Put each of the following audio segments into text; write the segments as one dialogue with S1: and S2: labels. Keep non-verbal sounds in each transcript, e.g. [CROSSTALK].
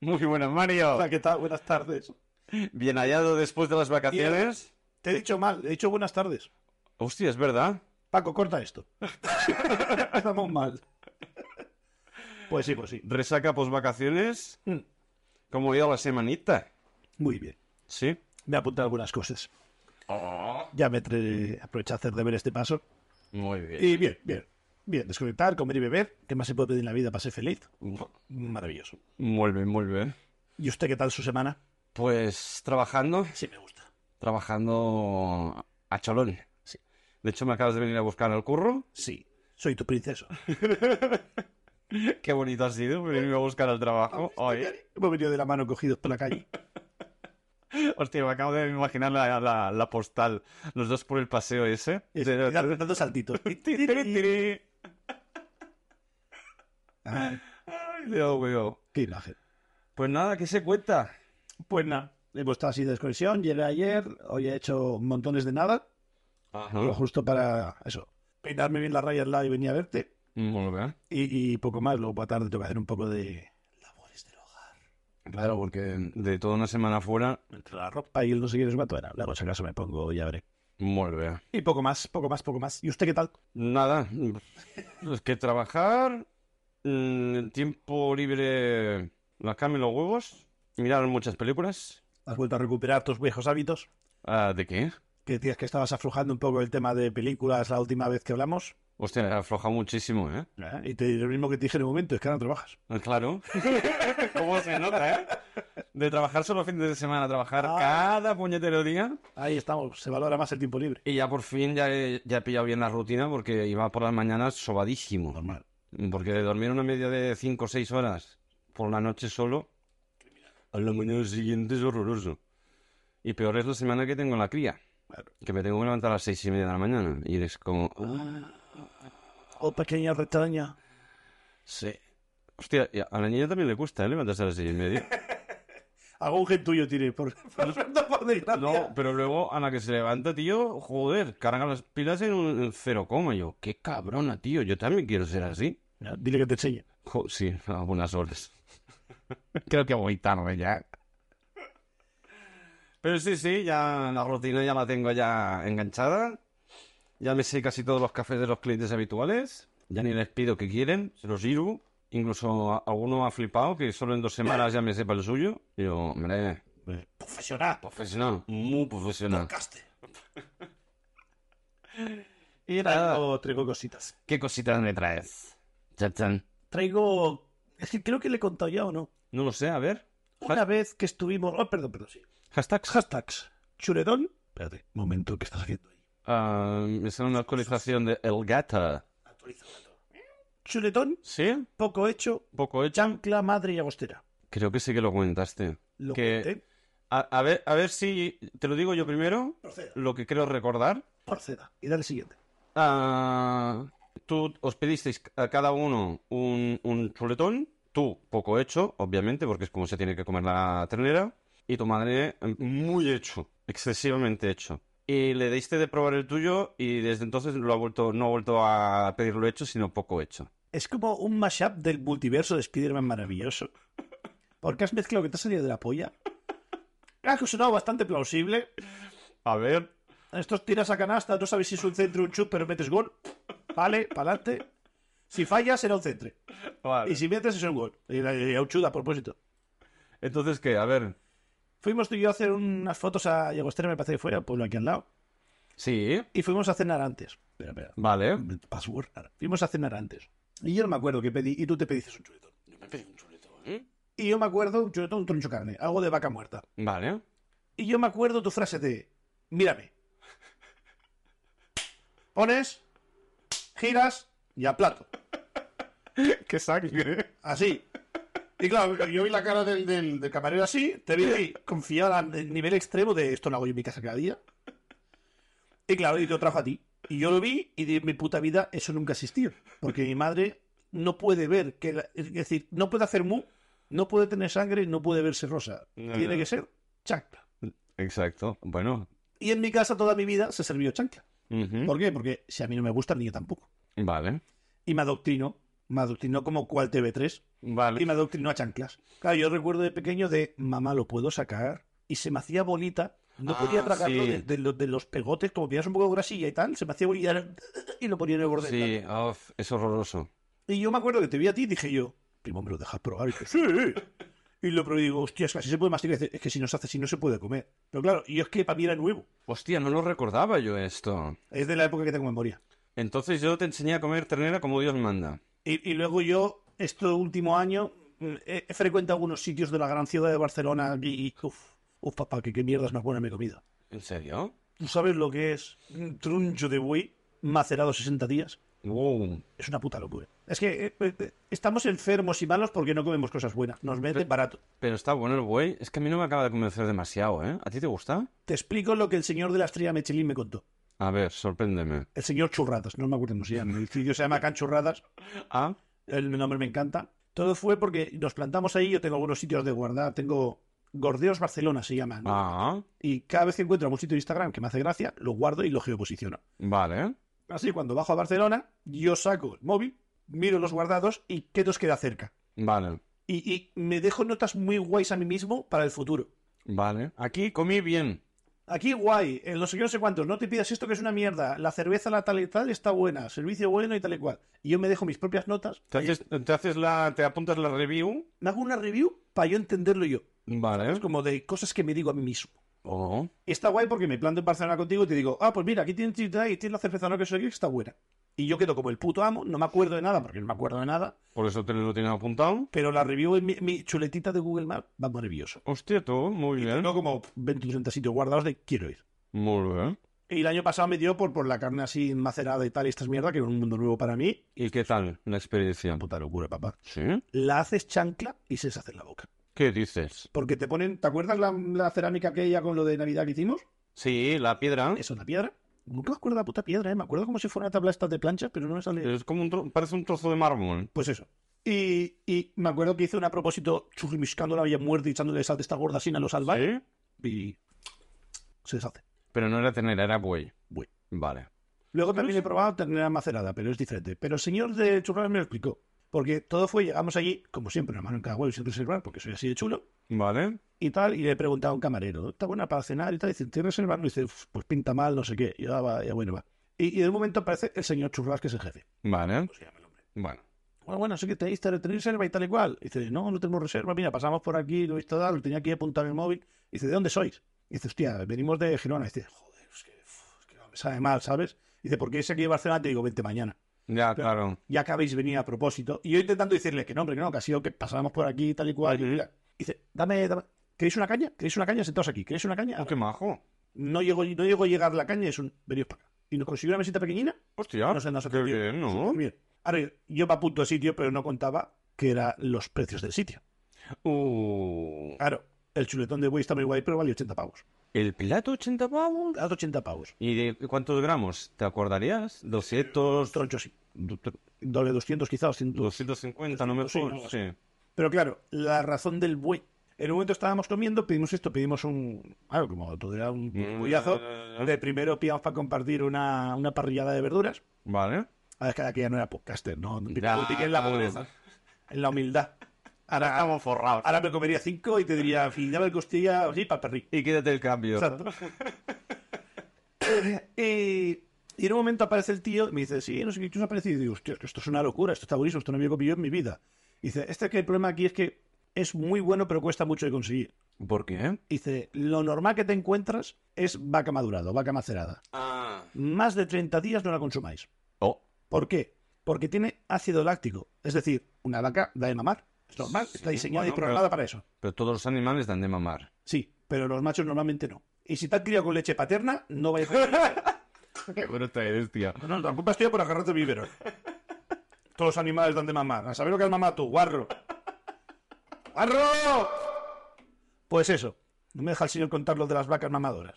S1: Muy buenas, Mario.
S2: Hola, ¿qué tal? Buenas tardes.
S1: Bien hallado después de las vacaciones.
S2: Te he dicho mal, he dicho buenas tardes.
S1: Hostia, es verdad.
S2: Paco, corta esto. [LAUGHS] Estamos mal. Pues sí, pues sí.
S1: Resaca post vacaciones.
S2: Mm,
S1: Como ya la semanita.
S2: Muy bien.
S1: Sí.
S2: Me apunté algunas cosas. Ya me tre- aproveché a hacer deber este paso.
S1: Muy bien.
S2: Y bien, bien. Bien, desconectar, comer y beber. ¿Qué más se puede pedir en la vida para ser feliz? Maravilloso.
S1: Muy bien, muy bien.
S2: ¿Y usted qué tal su semana?
S1: Pues trabajando,
S2: Sí, me gusta.
S1: trabajando a cholón.
S2: Sí.
S1: De hecho, me acabas de venir a buscar al curro.
S2: Sí, soy tu princesa.
S1: Qué bonito ha sido venirme a buscar al trabajo. Ay,
S2: Hemos venido de la mano cogidos por la calle.
S1: hostia, me acabo de imaginar la, la- la postal. Los dos por el paseo ese.
S2: Y
S1: De-
S2: dando dando saltitos.
S1: Tiri, tiri, tiri.
S2: Ah,
S1: Ay, Dios mío.
S2: qué imagen.
S1: Pues nada, ¿qué se cuenta?
S2: Pues nada, hemos estado así de desconexión. Llegué ayer, hoy he hecho montones de nada. Pero justo para eso, peinarme bien las rayas live y venía a verte.
S1: Muy bien.
S2: Y, y poco más, luego por la tarde tengo que hacer un poco de labores del hogar.
S1: Claro, porque de toda una semana fuera,
S2: Entre la ropa y el no sé qué es bueno, luego si acaso me pongo, ya veré.
S1: muy bien.
S2: Y poco más, poco más, poco más. ¿Y usted qué tal?
S1: ¿eh? Nada, mm, es que trabajar, mm, tiempo libre, la cama y los huevos, mirar muchas películas.
S2: ¿Has vuelto a recuperar tus viejos hábitos?
S1: Ah, ¿De qué?
S2: Que decías que estabas aflojando un poco el tema de películas la última vez que hablamos.
S1: Hostia, he aflojado muchísimo, ¿eh?
S2: ¿eh? Y te diré lo mismo que te dije en el momento, es que ahora no trabajas.
S1: Ah, Claro. [LAUGHS] ¿Cómo se nota, eh? De trabajar solo fines de semana, trabajar
S2: Ah.
S1: cada puñetero día.
S2: Ahí estamos, se valora más el tiempo libre.
S1: Y ya por fin ya he, ya he pillado bien la rutina porque iba por las mañanas sobadísimo.
S2: Normal.
S1: Porque dormir una media de 5 o 6 horas por la noche solo, a la mañana siguiente es horroroso. Y peor es la semana que tengo la cría,
S2: Claro.
S1: que me tengo que levantar a las 6 y media de la mañana. Y eres como... "Ah,
S2: O Oh, pequeña retaña.
S1: sí. Hostia, y a a la niña también le cuesta ¿eh? levantarse a las 6 y media.
S2: Algún gen tuyo tiene, por, [LAUGHS] por, por desgracia.
S1: No, pero luego a la que se levanta, tío, joder, carga las pilas en un en cero coma. Yo, qué cabrona, tío, yo también quiero ser así.
S2: Ya, Dile que te enseñe.
S1: Jo- sí, algunas horas. [LAUGHS] Creo que voy tarde ya. Pero sí, sí, ya la rutina ya la tengo ya enganchada. Ya me sé casi todos los cafés de los clientes habituales. Ya ni les pido que quieren, se los sirvo. Incluso a- alguno ha flipado que solo en dos semanas ya me sepa el suyo. Y yo, hombre,
S2: Eh. Profesional.
S1: profesional, muy profesional.
S2: Caste.
S1: Y nada,
S2: Traigo, traigo cositas.
S1: ¿qué cositas me traes? Chan, chan.
S2: Traigo. Es que creo que le he contado ya o no.
S1: No lo sé, a ver.
S2: Una vez que estuvimos. Oh, perdón, perdón, sí.
S1: Hashtags.
S2: Hashtags. Chuletón. Espérate, un momento, ¿qué estás haciendo ahí?
S1: Ah, es una actualización de El Gata.
S2: Actualiza dato. Chuletón,
S1: ¿Sí?
S2: poco hecho,
S1: Poco hecho.
S2: chancla, madre y agostera.
S1: Creo que sí que lo comentaste.
S2: Lo
S1: Que-
S2: conté.
S1: A, a ver, a ver si te lo digo yo primero,
S2: Proceda.
S1: lo que creo recordar.
S2: Proceda. Y dale siguiente.
S1: Ah, tú os pedisteis a cada uno un, un chuletón, tú poco hecho, obviamente, porque es como se tiene que comer la ternera, y tu madre mm, muy hecho, excesivamente hecho. Y le diste de probar el tuyo y desde entonces lo ha vuelto, no ha vuelto a pedirlo hecho, sino poco hecho.
S2: Es como un mashup del multiverso de Spider-Man maravilloso. Porque has mezclado que te ha salido de la polla. Ha sonado bastante plausible.
S1: A ver,
S2: Estos tiras a canasta, no sabes si es un centro o un chut, pero metes gol. Vale, pa'lante. Si fallas, será un centro. Y si metes, es un gol. Y la- y a un chut a propósito.
S1: Entonces, ¿qué? A ver.
S2: Fuimos tú y yo a hacer unas fotos a Llagostera, me parece que fue, al pueblo aquí al lado.
S1: Sí,
S2: Y fuimos a cenar antes. Espera, espera.
S1: vale.
S2: Password. Fuimos a cenar antes. Y yo no me acuerdo qué pedí. Y tú te pediste un chuletón.
S1: Yo me pedí un chuletón.
S2: Y yo me acuerdo un chuletón, un troncho de carne. Algo de vaca muerta.
S1: Vale.
S2: Y yo me acuerdo tu frase de, mírame. Pones, giras y al plato.
S1: Qué sangre.
S2: Así. Y claro, yo vi la cara del, del- del camarero así, te vi ahí, confiada en nivel extremo de esto lo hago yo en mi casa cada día. Y claro, y te lo trajo a ti. Y yo lo vi y de mi puta vida eso nunca existió. Porque mi madre no puede ver, que la- es decir, no puede hacer mu, no puede tener sangre, no puede verse rosa.
S1: No,
S2: Tiene
S1: no.
S2: que ser chancla.
S1: [LAUGHS] Exacto. Bueno.
S2: Y en mi casa toda mi vida se sirvió chancla.
S1: Ujú.
S2: ¿Por qué? Porque si a mí no me gusta, el niño tampoco.
S1: Vale.
S2: Y me adoctrino me adoctrinó como cual TV3 y
S1: Vale.
S2: me adoctrinó a chanclas. Claro, yo recuerdo de pequeño de mamá, ¿lo puedo sacar? Y se me hacía bolita. No
S1: Ah,
S2: podía tragarlo
S1: sí.
S2: de, de lo- de los pegotes, como pillas un poco de grasilla y tal, se me hacía bolita era- y lo ponía en el borde. del plato.
S1: Sí, uf, es horroroso.
S2: Y yo me acuerdo que te vi a ti y dije yo, primo, ¿me lo dejas probar? Y dije, sí. Y lo probé y digo, hostia, es que así se puede masticar. Y dice, es que si no se hace así no se puede comer. Pero claro, y es que para mí era nuevo.
S1: Hostia, no lo recordaba yo esto.
S2: Es de la época que tengo memoria.
S1: Entonces yo te enseñé a comer ternera como Dios manda.
S2: Y, y luego yo, este último año, mm, he, he frecuentado algunos sitios de la gran ciudad de Barcelona y, y, uf, uf, papá, que qué mierdas más buena me he comido.
S1: ¿En serio?
S2: ¿Tú sabes lo que es un truncho de buey macerado 60 días?
S1: Wow.
S2: Es una puta locura. Es que eh, eh, eh, estamos enfermos y malos porque no comemos cosas buenas. Nos meten barato.
S1: Pero está bueno el buey. Es que a mí no me acaba de convencer demasiado, ¿eh? ¿A ti te gusta?
S2: Te explico lo que el señor de la estrella Michelin me contó.
S1: A ver, sorpréndeme.
S2: El señor Churradas, no me acuerdo cómo se llama. El sitio se llama Can Churradas.
S1: Ah,
S2: El nombre me encanta. Todo fue porque nos plantamos ahí. Yo tengo algunos sitios de guardar. Tengo Gordeos Barcelona, se llama. ¿no?
S1: ah,
S2: Y cada vez que encuentro algún sitio de Instagram que me hace gracia, lo guardo y lo geoposiciono.
S1: vale.
S2: Así cuando bajo a Barcelona, yo saco el móvil, miro los guardados y qué nos queda cerca.
S1: Vale,
S2: Y, y me dejo notas muy guays a mí mismo para el futuro.
S1: vale. Aquí comí bien.
S2: Aquí guay, en los no sé cuántos, no te pidas esto que es una mierda, la cerveza la tal y tal está buena, servicio bueno y tal y cual. Y yo me dejo mis propias notas,
S1: ¿Te haces, te haces la, te apuntas la review?
S2: me hago una review para yo entenderlo yo.
S1: Vale.
S2: Es como de cosas que me digo a mí mismo.
S1: Oh,
S2: Y está guay porque me planto en Barcelona contigo y te digo, ah, pues mira, aquí tienes, y tienes la cerveza no que soy que está buena. Y yo quedo como el puto amo, no me acuerdo de nada, porque no me acuerdo de nada,
S1: por eso te lo tienes apuntado.
S2: pero la review en mi, mi chuletita de Google Maps va maravilloso.
S1: Hostia, tú, muy bien.
S2: No como 20 o 30 sitios guardados de quiero ir.
S1: Muy bien.
S2: Y el año pasado me dio por, por la carne así macerada y tal, y estas mierdas, que era un mundo nuevo para mí.
S1: ¿Y qué tal la experiencia?
S2: Puta locura, papá.
S1: ¿Sí?
S2: La haces chancla y se deshace en la boca.
S1: ¿Qué dices?
S2: Porque te ponen, ¿te acuerdas la, la cerámica aquella con lo de Navidad que hicimos?
S1: Sí, la piedra.
S2: Eso, la piedra. Nunca me acuerdo de la puta piedra, ¿eh? Me acuerdo como si fuera una tabla estas de planchas, pero no me sale.
S1: Es como un tro- parece un trozo de mármol.
S2: Pues eso. Y, y me acuerdo que hice una a propósito churrimiscando la vía muerta y echándole sal de esta gorda sin a los salvajes.
S1: ¿Sí?
S2: Y se deshace.
S1: Pero no era tener, era buey.
S2: Buey.
S1: Vale.
S2: Luego también he probado ternera macerada, pero es diferente. Pero el señor de churras me lo explicó. Porque todo fue, llegamos allí, como siempre, una mano en cada huevo y sin reservar, porque soy así de chulo.
S1: Vale.
S2: Y tal, y le he preguntado a un camarero, ¿está buena para cenar? Y tal, y dice, ¿tienes reservando? Y dice, "Uf, pues pinta mal, no sé qué. Y yo, "Ah, va, ya bueno, va. Y, y de momento aparece el señor Churras, que es el jefe.
S1: Vale.
S2: ¿Cómo se llama el hombre?
S1: Bueno.
S2: Bueno, bueno, sí que tenéis, tenéis reserva y tal y cual. Y dice, no, no tenemos reserva. Mira, pasamos por aquí, lo he visto dar, lo tenía aquí apuntado en el móvil. Y dice, ¿de dónde sois? Y dice, hostia, venimos de Girona. Y dice, joder, es que, uf, es que me sabe mal, ¿sabes? Y dice, porque es aquí de Barcelona, te digo, vente mañana.
S1: Ya, claro.
S2: Ya que habéis venido a propósito. Y yo intentando decirle que no, hombre, que no, que ha sido que pasábamos por aquí tal y cual. Y mira, dice, dame, dame. ¿Queréis una caña? ¿Queréis una caña? Sentaos aquí. ¿Queréis una caña?
S1: Oh, qué majo.
S2: No llegó, no llegó a llegar la caña, es un. Veníos para acá. Y nos consiguió una mesita pequeñina
S1: Hostia.
S2: no se nos
S1: Ah, qué
S2: atendió.
S1: bien, ¿no?
S2: Bien. Ahora, yo me apunto a sitio, pero no contaba que eran los precios del sitio.
S1: Uh,
S2: Claro, el chuletón de buey está muy guay, pero vale 80 pavos.
S1: ¿El plato 80 pavos?
S2: Haz 80 pavos.
S1: ¿Y de cuántos gramos? ¿Te acordarías? 200...
S2: Troncho sí. Doble 200 quizás. 100.
S1: 250, no me
S2: Sí,
S1: acuerdo.
S2: algo así.
S1: Sí.
S2: Pero claro, la razón del buey. En un momento estábamos comiendo, pedimos esto, pedimos un... Claro, como todo era un
S1: Mm.
S2: bullazo. De primero pillamos para compartir una, una parrillada de verduras.
S1: Vale.
S2: A ver, que aquella no era podcaster, ¿no?
S1: Ya.
S2: Dije en la pobreza, en la humildad. Ahora,
S1: Estamos forrados.
S2: Ahora me comería cinco y te diría, dame el costilla así para perri.
S1: Y quédate el cambio.
S2: Exacto. [LAUGHS] y, y en un momento aparece el tío y me dice, sí, no sé qué, ¿qué os ha parecido? Y digo, hostia, es que esto es una locura, esto está buenísimo, esto no había comido en mi vida. Y dice, este que el problema aquí es que es muy bueno pero cuesta mucho de conseguir.
S1: ¿Por qué?
S2: Y dice, lo normal que te encuentras es vaca madurada, o vaca macerada.
S1: Ah.
S2: Más de 30 días no la consumáis.
S1: Oh.
S2: ¿Por qué? Porque tiene ácido láctico. Es decir, una vaca da de mamar. Es normal, está diseñada
S1: bueno,
S2: y
S1: pero-
S2: programada para eso.
S1: Pero todos los animales dan de mamar.
S2: Sí, pero los machos normalmente no. Y si te han criado con leche paterna, no vayas a...
S1: [LAUGHS] Qué bueno está eres, tío.
S2: No, no, la culpa es tuya por agarrarte el biberón. Todos los animales dan de mamar. A saber lo que has mamado tú, guarro. ¡Guarro! Pues eso. No me deja el señor contar lo de las vacas mamadoras.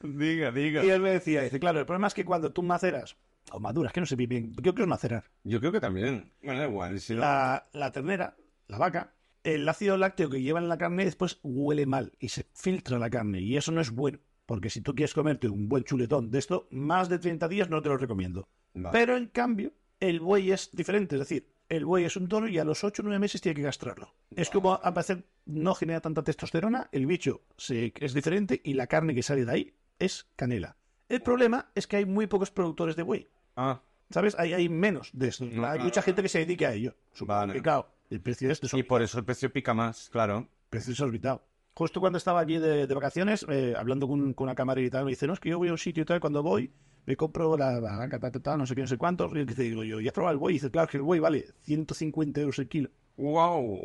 S1: Diga, diga.
S2: Y él me decía, dice, claro, el problema es que cuando tú maceras, o maduras, que no sé bien, bien creo que es macerar,
S1: Yo creo que también. Bueno, da igual. Si no-
S2: la, la ternera, la vaca, el ácido lácteo que lleva en la carne después huele mal y se filtra la carne y eso no es bueno. Porque si tú quieres comerte un buen chuletón de esto, más de 30 días no te lo recomiendo.
S1: Vale.
S2: Pero en cambio, el buey es diferente. Es decir, el buey es un toro y a los 8 o 9 meses tiene que castrarlo. Es como, a parecer, no genera tanta testosterona, el bicho se- es diferente y la carne que sale de ahí es canela. El problema es que hay muy pocos productores de buey.
S1: Ah,
S2: ¿Sabes? Hay, hay menos de esto.
S1: No,
S2: hay
S1: claro.
S2: mucha gente que se dedica a ello. Supongo
S1: Vale.
S2: que, claro, el precio es desorbitado.
S1: y por eso el precio pica más, claro.
S2: Precio desorbitado. Justo cuando estaba allí de, de vacaciones, eh, hablando con, con una camarera y tal, me dice, no, es que yo voy a un sitio y tal, cuando voy, me compro la barranca, tal, tal, tal, no sé qué, no sé cuánto. Y te digo yo, ¿ya has probado el buey? Y dice, claro, que el buey vale 150 euros el kilo.
S1: ¡Wow!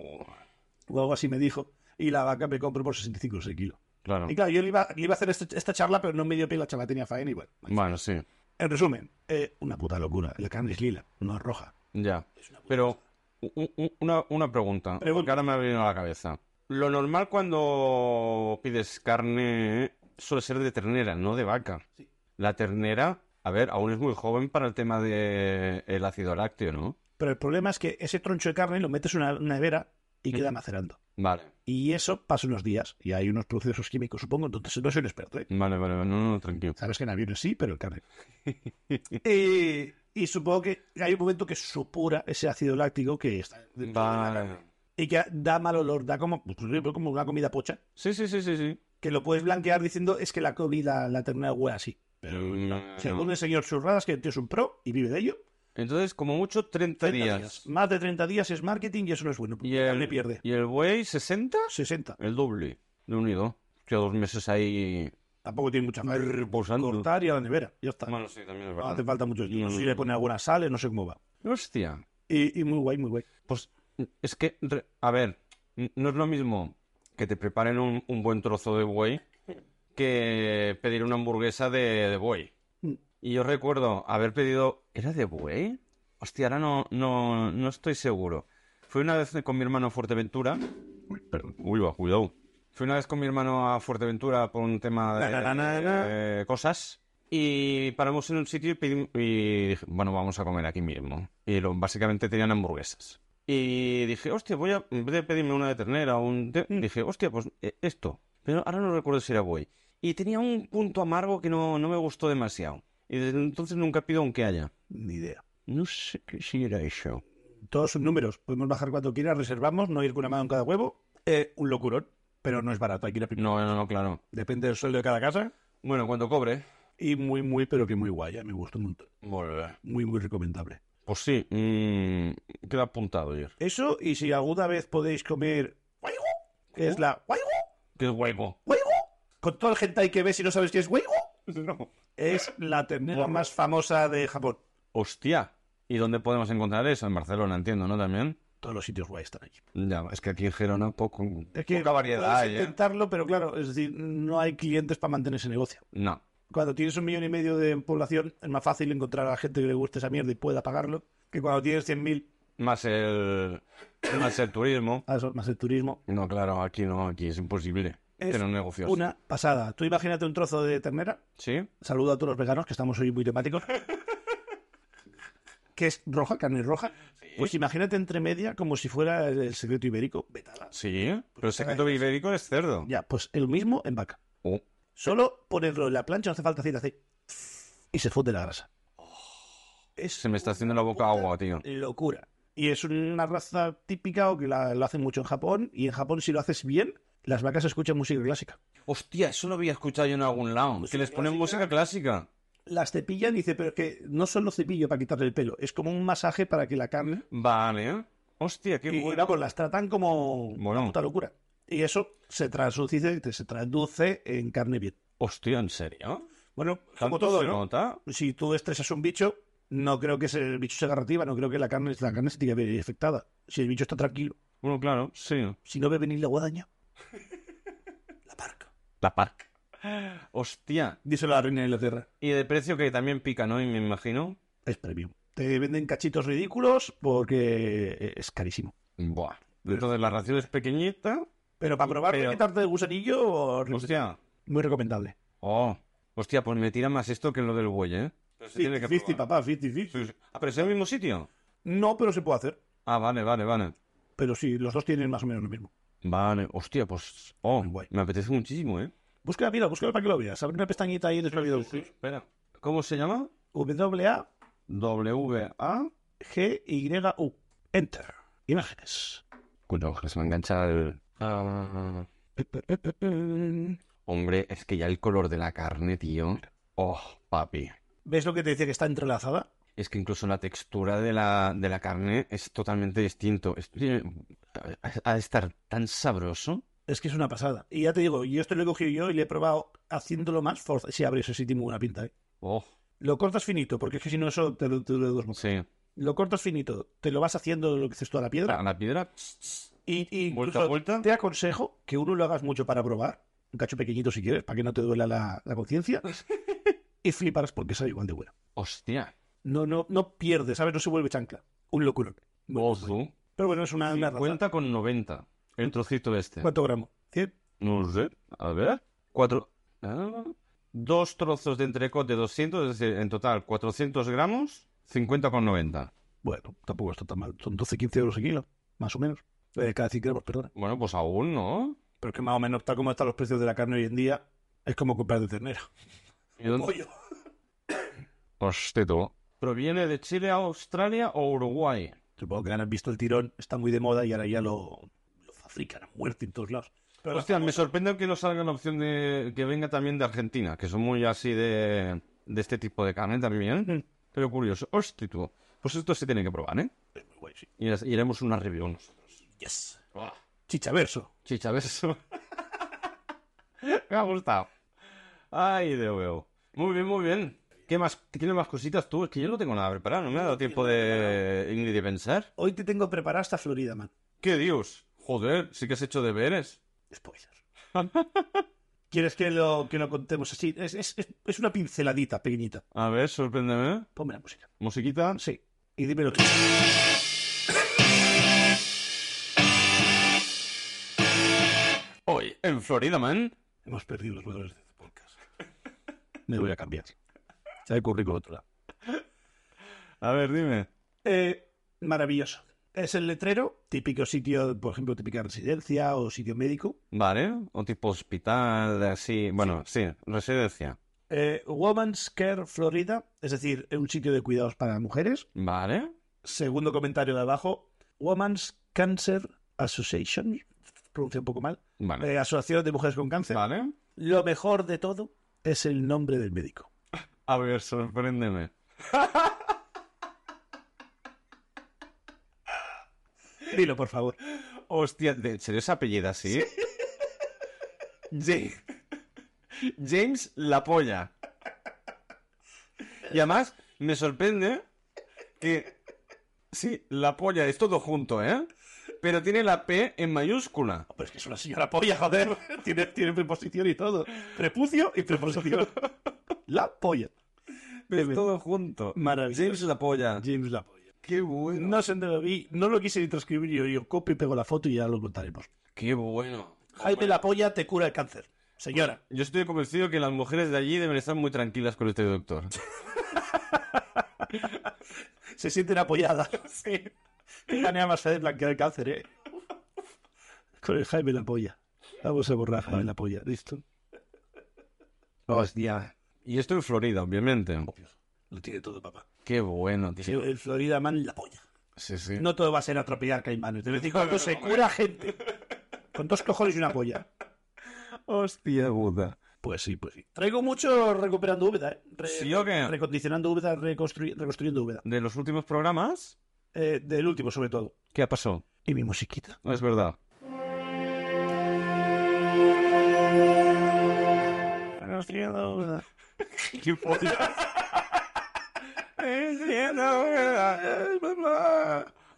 S2: O algo así me dijo. Y la vaca me compro por 65 euros el kilo.
S1: Claro.
S2: Y claro, yo le iba, le iba a hacer este- esta charla, pero no me dio pie la charla, tenía faena y bueno.
S1: Bueno, sí,
S2: En resumen, eh, una puta locura. La carne es lila, no es roja.
S1: ya. Pero u- u- una, una pregunta,
S2: Pregunta.
S1: que ahora me ha venido a la cabeza. Lo normal cuando pides carne eh, suele ser de ternera, no de vaca.
S2: Sí.
S1: La ternera, a ver, aún es muy joven para el tema del el ácido lácteo, ¿no?
S2: Pero el problema es que ese troncho de carne lo metes en una una nevera y queda macerando.
S1: Vale,
S2: Y eso pasa unos días. Y hay unos procesos químicos, supongo. Entonces no soy un experto. ¿eh?
S1: vale, vale, vale, no, no, tranquilo.
S2: Sabes que en aviones sí, pero en carne.
S1: [LAUGHS]
S2: Eh, y supongo que hay un momento que supura ese ácido láctico que está dentro de la
S1: Vale.
S2: carne. Y que da mal olor, da como, pues, como una comida pocha.
S1: Sí, sí, sí, sí, sí.
S2: Que lo puedes blanquear diciendo es que la comida, la ternera huele así.
S1: Pero Mm, no,
S2: Según
S1: no.
S2: el señor Churradas, que el tío es un pro y vive de ello.
S1: Entonces, como mucho, 30,
S2: 30
S1: días.
S2: Más de 30 días es marketing y eso no es bueno.
S1: Y el,
S2: Le pierde.
S1: ¿Y el buey 60?
S2: 60.
S1: El doble de unido. Que dos meses ahí
S2: Tampoco tiene mucha más.
S1: reposando.
S2: Cortar y a la nevera. Ya está.
S1: Bueno, sí, también es
S2: No hace
S1: verdad.
S2: falta mucho.
S1: No, no,
S2: si
S1: no.
S2: le pone alguna sal, no sé cómo va.
S1: Hostia.
S2: Y, y muy guay, muy guay.
S1: Pues es que, re- a ver, n- no es lo mismo que te preparen un, un buen trozo de buey que pedir una hamburguesa de, de buey.
S2: Mm.
S1: Y yo recuerdo haber pedido... ¿Era de buey? Hostia, ahora no, no, no estoy seguro. Fui una vez con mi hermano a Fuerteventura. Uy, perdón. Uy, va, cuidado. Fui una vez con mi hermano a Fuerteventura por un tema de [LAUGHS]
S2: Na, na, na, na.
S1: de eh, cosas. Y paramos en un sitio y, pedim- y dije, bueno, vamos a comer aquí mismo. Y lo- básicamente tenían hamburguesas. Y dije, hostia, voy a, en vez de pedirme una de ternera o un... de-", Dije, hostia, pues eh, esto. Pero ahora no recuerdo si era buey. Y tenía un punto amargo que no, no me gustó demasiado. Y desde entonces nunca pido aunque haya.
S2: Ni idea.
S1: No sé qué si era eso.
S2: Todos sus números. Podemos bajar cuando quieras, reservamos, no ir con una mano en cada huevo. Eh, un locurón, pero no es barato. Hay que ir a prim-
S1: No, no, no, claro.
S2: Depende del sueldo de cada casa.
S1: Bueno, cuando cobre.
S2: Y muy, muy, pero que muy guay. eh, Me gustó un montón. Muy, muy recomendable.
S1: Pues sí, mm, queda apuntado, ayer.
S2: Eso, y si alguna vez podéis comer guaygu, que es la guaygu,
S1: Qué hueco.
S2: guaygu, con todo el hentai que ves y no sabes qué es guaygu,
S1: No.
S2: es la ternera más famosa de Japón.
S1: Hostia. ¿Y dónde podemos encontrar eso? En Barcelona, entiendo, ¿no? También.
S2: Todos los sitios guay están allí.
S1: Ya, es que aquí en Gerona poco,
S2: Es que
S1: poca variedad
S2: puedes
S1: hay, ¿eh?
S2: intentarlo, pero claro, es decir, no hay clientes para mantener ese negocio.
S1: No.
S2: Cuando tienes un millón y medio de población, es más fácil encontrar a la gente que le guste esa mierda y pueda pagarlo que cuando tienes 100.000,
S1: Más el, más el turismo.
S2: a eso, más el turismo.
S1: No, claro, aquí no, aquí es imposible
S2: Es
S1: tener negocios.
S2: Una pasada. Tú imagínate un trozo de ternera.
S1: ¿Sí?
S2: Saludo a todos los veganos, que estamos hoy muy
S1: [LAUGHS]
S2: temáticos. que es roja, carne roja. Pues
S1: ¿Eh?
S2: imagínate entre media como si fuera el secreto ibérico. Vetada.
S1: Sí. Pero el secreto ibérico es cerdo.
S2: Ya, pues el mismo en vaca.
S1: Oh.
S2: Solo ponerlo en la plancha, no hace falta aceite, aceite. Y se funde la grasa. Es
S1: Se me está haciendo la boca agua, tío.
S2: locura. Y es una raza típica o que la, lo hacen mucho en Japón. Y en Japón, si lo haces bien, las vacas escuchan música clásica.
S1: Hostia, eso lo había escuchado yo en algún lado. Que les ponen música clásica.
S2: Las cepillan y dice, pero es que no solo cepillo para quitarle el pelo, es como un masaje para que la carne.
S1: Vale. Hostia, qué
S2: Y,
S1: bueno.
S2: vamos, las tratan como
S1: Bueno.
S2: una puta locura. Y eso se traduce, se traduce en carne bien.
S1: Hostia, ¿en serio?
S2: Bueno, como
S1: ¿Tanto
S2: todo,
S1: se
S2: ¿no?
S1: nota?
S2: si tú estresas a un bicho, no creo que se- el bicho se agarrativa, no creo que la carne, la carne se tenga que ver afectada. Si el bicho está tranquilo,
S1: Bueno, claro, sí.
S2: si no ve venir la guadaña, la parca.
S1: La parca. Hostia.
S2: Díselo a la reina de Inglaterra.
S1: Y de precio que también pica, ¿no? Y me imagino.
S2: Es premium. Te venden cachitos ridículos porque es carísimo.
S1: Buah. Entonces la ración es pequeñita.
S2: Pero para probar,
S1: Pero-
S2: quitarte el gusanillo,
S1: Hostia.
S2: muy recomendable.
S1: Oh. Hostia, pues me tira más esto que lo del buey, ¿eh? Se tiene que
S2: 50,
S1: probar.
S2: papá, 50, 50.
S1: Sí, sí. Ah, pero es el mismo sitio.
S2: No, pero se puede hacer.
S1: Ah, vale, vale, vale.
S2: Pero sí, los dos tienen más o menos lo mismo.
S1: Vale, hostia, pues. Oh,
S2: Muy guay.
S1: me apetece muchísimo, ¿eh?
S2: Búscala, mira, búscala para que lo veas. Abre una pestañita ahí en el servidor.
S1: Espera. ¿Cómo se llama?
S2: W-A-G-Y-U.
S1: W-A.
S2: g y u Enter. Imágenes.
S1: Cuidado, que se me engancha el... Hombre, es que ya el color de la carne, tío. Oh, papi.
S2: ¿Ves lo que te decía que está entrelazada?
S1: Es que incluso la textura de la, de la carne es totalmente distinto. Es- eh, tiene- a, a estar tan sabroso.
S2: Es que es una pasada. Y ya te digo, yo esto lo he cogido yo y lo he probado haciéndolo más forzado. Sí, abre eso, sí tiene muy buena pinta, ¿eh?
S1: Oh,
S2: Lo cortas finito, porque es que si no eso te lo te lo- dos mocos.
S1: sí.
S2: Lo cortas finito, te lo vas haciendo lo que haces tú a la
S1: A
S2: piedra.
S1: la piedra,
S2: Y, y
S1: vuelta a
S2: incluso
S1: vuelta.
S2: te aconsejo que uno lo hagas mucho para probar. Un cacho pequeñito si quieres, para que no te duela la, la
S1: [LAUGHS]
S2: conciencia. y fliparás porque sabe igual de bueno.
S1: Hostia.
S2: No, no, no pierde, ¿sabes? No se vuelve chancla. Un locurón. Bueno,
S1: Oh, tú.
S2: Pero bueno, es una, una raza.
S1: Cuenta con 90. El trocito este.
S2: ¿Cuánto gramo? ¿Cien?
S1: No lo sé. A ver. Cuatro. ah, Dos trozos de entrecot de 200, es decir, en total 400 gramos, 50,90.
S2: Bueno, tampoco está tan mal. Son 12, 15 euros el kilo, más o menos. Eh, cada 100 gramos, perdona.
S1: Bueno, pues aún, ¿no?
S2: Pero es que más o menos, tal como están los precios de la carne hoy en día, es como comprar de ternera.
S1: ¿Y dónde-
S2: Pollo.
S1: Hostia, tú. ¿Proviene de Chile, Australia o Uruguay?
S2: Supongo que han visto el tirón, está muy de moda y ahora ya lo, lo fabrican a muerte en todos lados. Pero
S1: Hostia, me sorprende que no salga la opción de que venga también de Argentina, que son muy así de, de este tipo de carne también. Pero curioso. Hostia, tú. Pues esto se tiene que probar, ¿eh?
S2: es muy guay, sí.
S1: Y y haremos una review nosotros.
S2: Yes. Chichaverso.
S1: Chicha, ¿ves eso? [LAUGHS] Me ha gustado. Ay, de huevo. Muy bien, muy bien. ¿Qué más? ¿Tienes más cositas tú? Es que yo no tengo nada preparado. No me ha dado tiempo de ni de pensar.
S2: Hoy te tengo preparada esta Florida, man.
S1: ¿Qué dios? Joder, sí que has hecho deberes. [LAUGHS]
S2: Spoiler. ¿Quieres que lo, que lo contemos así? Es, es- es- es una pinceladita pequeñita.
S1: A ver, sorpréndeme.
S2: Ponme la música.
S1: Musiquita.
S2: Sí. Y dímelo tú.
S1: Hoy, en Florida, man.
S2: Hemos perdido los valores de este podcast. Me voy a cambiar. Se ha ocurrido otro lado.
S1: A ver, dime.
S2: Eh, maravilloso. Es el letrero, típico sitio, por ejemplo, típica residencia o sitio médico.
S1: Vale, o tipo hospital, así. Bueno, sí, residencia.
S2: Eh, Woman's Care Florida, es decir, un sitio de cuidados para mujeres.
S1: Vale.
S2: Segundo comentario de abajo, Woman's Cancer Association, pronuncia un poco mal,
S1: Vale.
S2: eh, Asociación de Mujeres con Cáncer.
S1: Vale.
S2: Lo mejor de todo es el nombre del médico.
S1: A ver, sorpréndeme.
S2: Dilo, por favor.
S1: Hostia, ¿de serio se apellida así? [LAUGHS] James. James La Polla. Y además, me sorprende que. Sí, La Polla es todo junto, ¿eh? Pero tiene la P en mayúscula.
S2: Pero es que es una señora polla, joder. [LAUGHS] Tiene, tiene preposición y todo. Prepucio y [LAUGHS] preposición. La polla.
S1: Es todo junto.
S2: Maravilloso.
S1: James La Polla.
S2: James la polla.
S1: Qué bueno.
S2: No sé dónde lo vi, no lo quise ni transcribir yo, yo copio y pego la foto y ya lo contaremos.
S1: Qué bueno.
S2: Jaime la polla te cura el cáncer. Señora,
S1: Yo estoy convencido que las mujeres de allí deben estar muy tranquilas con este doctor.
S2: se sienten apoyadas. [LAUGHS] Sí. Qué manera más fea de blanquear el cáncer, eh. Con el Jaime la polla. Vamos a borrar Jaime la polla, ¿listo?
S1: [LAUGHS] Hostia. Y esto en Florida, obviamente.
S2: Lo tiene todo, papá.
S1: Qué bueno,
S2: Sí,
S1: tío.
S2: en Florida, man, la polla.
S1: Sí, sí.
S2: No todo va a ser atropellar caimanes. De vez en cuando se cura gente. Con dos cojones y una polla.
S1: Hostia, Buda.
S2: Pues sí, pues sí. Traigo mucho recuperando Úbeda, ¿eh? Re-
S1: ¿Sí o qué?
S2: Recondicionando Úbeda, reconstrui- reconstruyendo Úbeda.
S1: De los últimos programas,
S2: Eh, del último, sobre todo.
S1: ¿qué ha pasado?
S2: Y mi musiquita.
S1: No es verdad.
S2: Reconstruyendo Úbeda.
S1: [LAUGHS] ¿Qué [LAUGHS]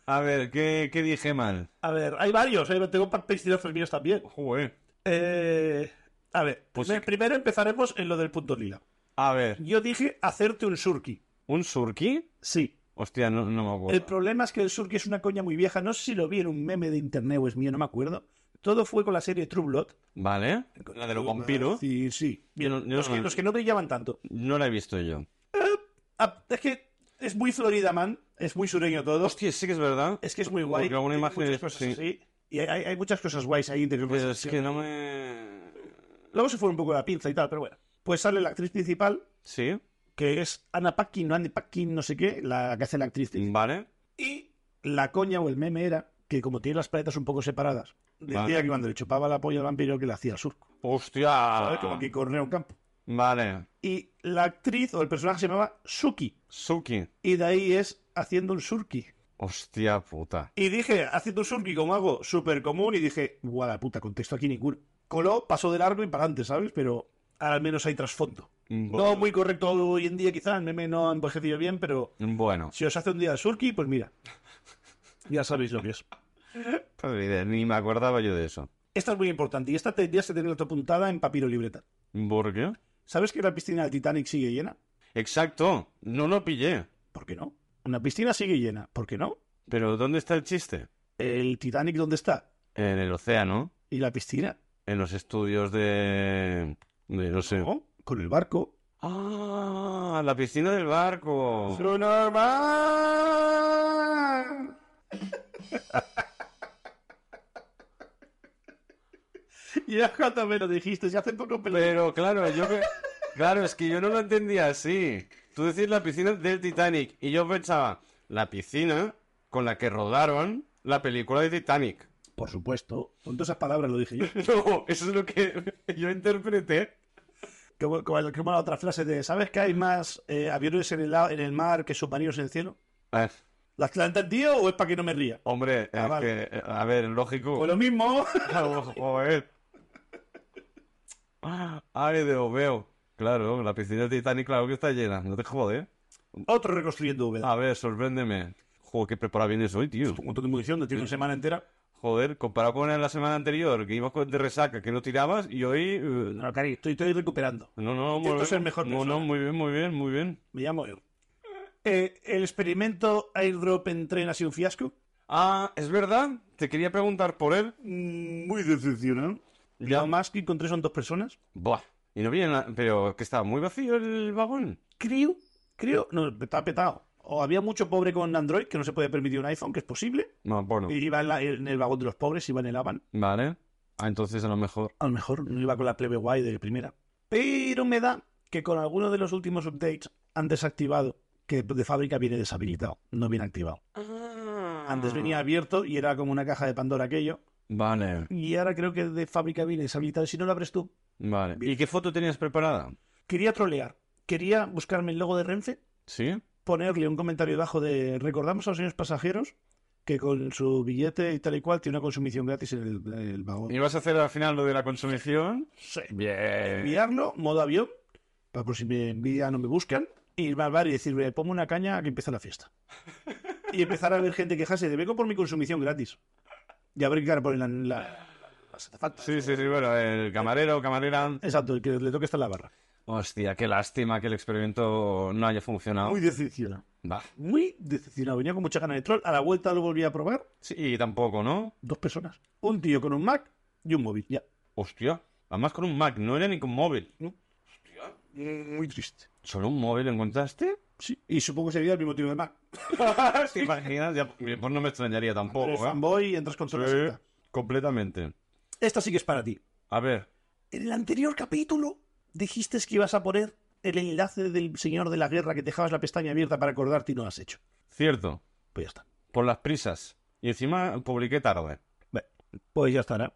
S1: A ver, ¿qué, qué dije mal?
S2: A ver, hay varios. eh, Tengo participados míos también.
S1: Joder.
S2: Eh, a ver,
S1: Pues
S2: primer-
S1: sí.
S2: primero empezaremos en lo del punto lila.
S1: A ver,
S2: Yo dije hacerte un surki.
S1: ¿un surki?
S2: Sí.
S1: Hostia, no, no me
S2: El
S1: acuerdo.
S2: problema es que el surki es una coña muy vieja. No sé si lo vi en un meme de internet o es mío, no me acuerdo. Todo fue con la serie True Blood.
S1: Vale. La de los vampiros.
S2: Sí, sí.
S1: Yo no- yo
S2: Los
S1: no-
S2: que, los que no brillaban tanto.
S1: no la he visto yo.
S2: Ah, es que es muy Florida, man. Es muy sureño todo.
S1: Hostia, sí que es verdad.
S2: Es que es muy guay.
S1: Porque alguna
S2: Tiene
S1: imagen
S2: muchas
S1: es-
S2: cosas
S1: sí.
S2: así. Y hay, hay muchas cosas guays ahí. de
S1: Pero Pues es
S2: representación.
S1: que no me.
S2: Luego se fue un poco la pinza y tal, pero bueno. Pues sale la actriz principal,
S1: Sí, Mm.
S2: que es Anna Paquin, no Andy Paquin, no sé qué, la que hace la actriz.
S1: vale.
S2: Y la coña o el meme era que como tiene las planetas un poco separadas, decía
S1: Vale.
S2: que cuando le chupaba la polla al vampiro que le hacía el surco.
S1: ¡Hostia!
S2: ¿sabes? Como que corría un campo.
S1: Vale.
S2: Y la actriz o el personaje se llamaba Suki.
S1: Suki.
S2: Y de ahí es haciendo un surki.
S1: Hostia puta.
S2: Y dije, haciendo un surki como algo súper común, y dije, guau, la puta, contexto aquí ninguno. Coló, pasó de largo y para adelante, ¿sabes? Pero al menos hay trasfondo. No muy correcto hoy en día, quizás, el meme no ha envejecido bien, pero
S1: Bueno.
S2: si os hace un día el surki, pues mira, ya sabéis lo que es.
S1: Joder, Ni me acordaba yo de eso.
S2: Esta es muy importante, y esta tendrías que tenerla apuntada en papiro libreta.
S1: ¿Por qué?
S2: ¿Sabes que la piscina del Titanic sigue llena?
S1: Exacto. No lo pillé.
S2: ¿Por qué no? Una piscina sigue llena, ¿por qué no?
S1: Pero ¿dónde está el chiste?
S2: ¿El Titanic dónde está?
S1: En el océano.
S2: ¿Y la piscina?
S1: En los estudios de... de no sé.
S2: ¿No? Con el barco.
S1: Ah, la piscina del barco.
S2: [LAUGHS] normal! ya cuando me lo dijiste, si hace poco peleé.
S1: Pero claro, yo que- claro, es que yo no lo entendía así. Tú decís la piscina del Titanic y yo pensaba la piscina con la que rodaron la película de Titanic. [LAUGHS]
S2: Por supuesto, con todas esas palabras lo dije yo. [LAUGHS]
S1: No, eso es lo que yo interpreté.
S2: Como, como- como la otra frase de, ¿sabes que hay más eh, aviones en el, la- en el mar que submarinos en el cielo?
S1: Ah,
S2: ¿Las plantas, tío, o es para que no me ría?
S1: hombre, es
S2: vale.
S1: que, eh, a ver, lógico.
S2: Pues lo mismo.
S1: [LAUGHS]
S2: [LAUGHS]
S1: Claro, joder. Ah, Ay, Dios mío. Claro, la piscina del Titanic, claro que está llena. No te jode.
S2: Otro reconstruyendo Úbeda.
S1: A ver, sorpréndeme. Joder, qué preparado vienes hoy, tío.
S2: Un montón de munición, no tiene una semana entera.
S1: Joder, comparado con la semana anterior, que ibas con- de resaca, que no tirabas, y hoy... eh,
S2: No, Cari, estoy, estoy recuperando.
S1: No, no, muy
S2: Intento
S1: bien.
S2: ser mejor
S1: no,
S2: persona.
S1: no, muy bien, muy bien, muy bien.
S2: Me llamo yo. Eh, ¿El experimento airdrop en tren ha sido un fiasco?
S1: Ah, ¿es verdad? Te quería preguntar por él.
S2: Muy decepcionado.
S1: Ya.
S2: Elon Musk y con tres son dos personas.
S1: Buah, y no viene... la- Pero que estaba muy vacío el vagón.
S2: Creo, creo, no, está petado. O había mucho pobre con Android que no se podía permitir un iPhone, que es posible.
S1: No, bueno,
S2: Y iba en, la- en el vagón de los pobres, iba en el Avan.
S1: vale. Ah, entonces a lo mejor...
S2: A lo mejor no iba con la plebe guay de primera. Pero me da que con alguno de los últimos updates han desactivado que de fábrica viene deshabilitado, no viene activado.
S1: Ah.
S2: Antes venía abierto y era como una caja de Pandora aquello.
S1: Vale,
S2: Y ahora creo que de fábrica viene deshabilitado. Si no lo abres tú,
S1: vale. ¿Y qué foto tenías preparada?
S2: quería trolear. Quería buscarme el logo de Renfe,
S1: ¿Sí?
S2: ponerle un comentario debajo de recordamos a los señores pasajeros que con su billete y tal y cual tiene una consumición gratis en el, en el vagón.
S1: ¿Ibas a hacer al final lo de la consumición?
S2: Sí.
S1: Bien.
S2: Enviarlo, modo avión, para por si me envidia no me buscan, y ir al bar y decirle, ponme una caña que empieza la fiesta. Y empezar a ver gente quejarse de vengo por mi consumición gratis. Y a ver qué cara ponen la, la, las azafatas.
S1: Sí, sí, sí, bueno, el camarero o camarera...
S2: Exacto, el que le toque está en la barra.
S1: Hostia, qué lástima que el experimento no haya funcionado.
S2: Muy decepcionado.
S1: Bah.
S2: Muy decepcionado. Venía con mucha ganas de troll. A la vuelta lo volví a probar.
S1: Sí, y tampoco, ¿no?
S2: Dos personas. Un tío con un Mac y un móvil. Ya.
S1: Hostia. Además con un Mac, no era ni con móvil.
S2: Muy triste.
S1: ¿Solo un móvil encontraste?
S2: Mm, Sí. Y supongo que sería el mismo tío de Mac.
S1: ¿Te imaginas? Ya, pues no me extrañaría tampoco,
S2: Eres
S1: ¿eh?
S2: fanboy y entras con tu
S1: Sí,
S2: caseta.
S1: completamente.
S2: Esta sí que es para ti.
S1: A ver.
S2: En el anterior capítulo dijiste que ibas a poner el enlace del señor de la guerra que dejabas la pestaña abierta para acordarte y no lo has hecho.
S1: Cierto.
S2: Pues ya está.
S1: Por las prisas. Y encima publiqué tarde.
S2: Vale. Pues ya estará.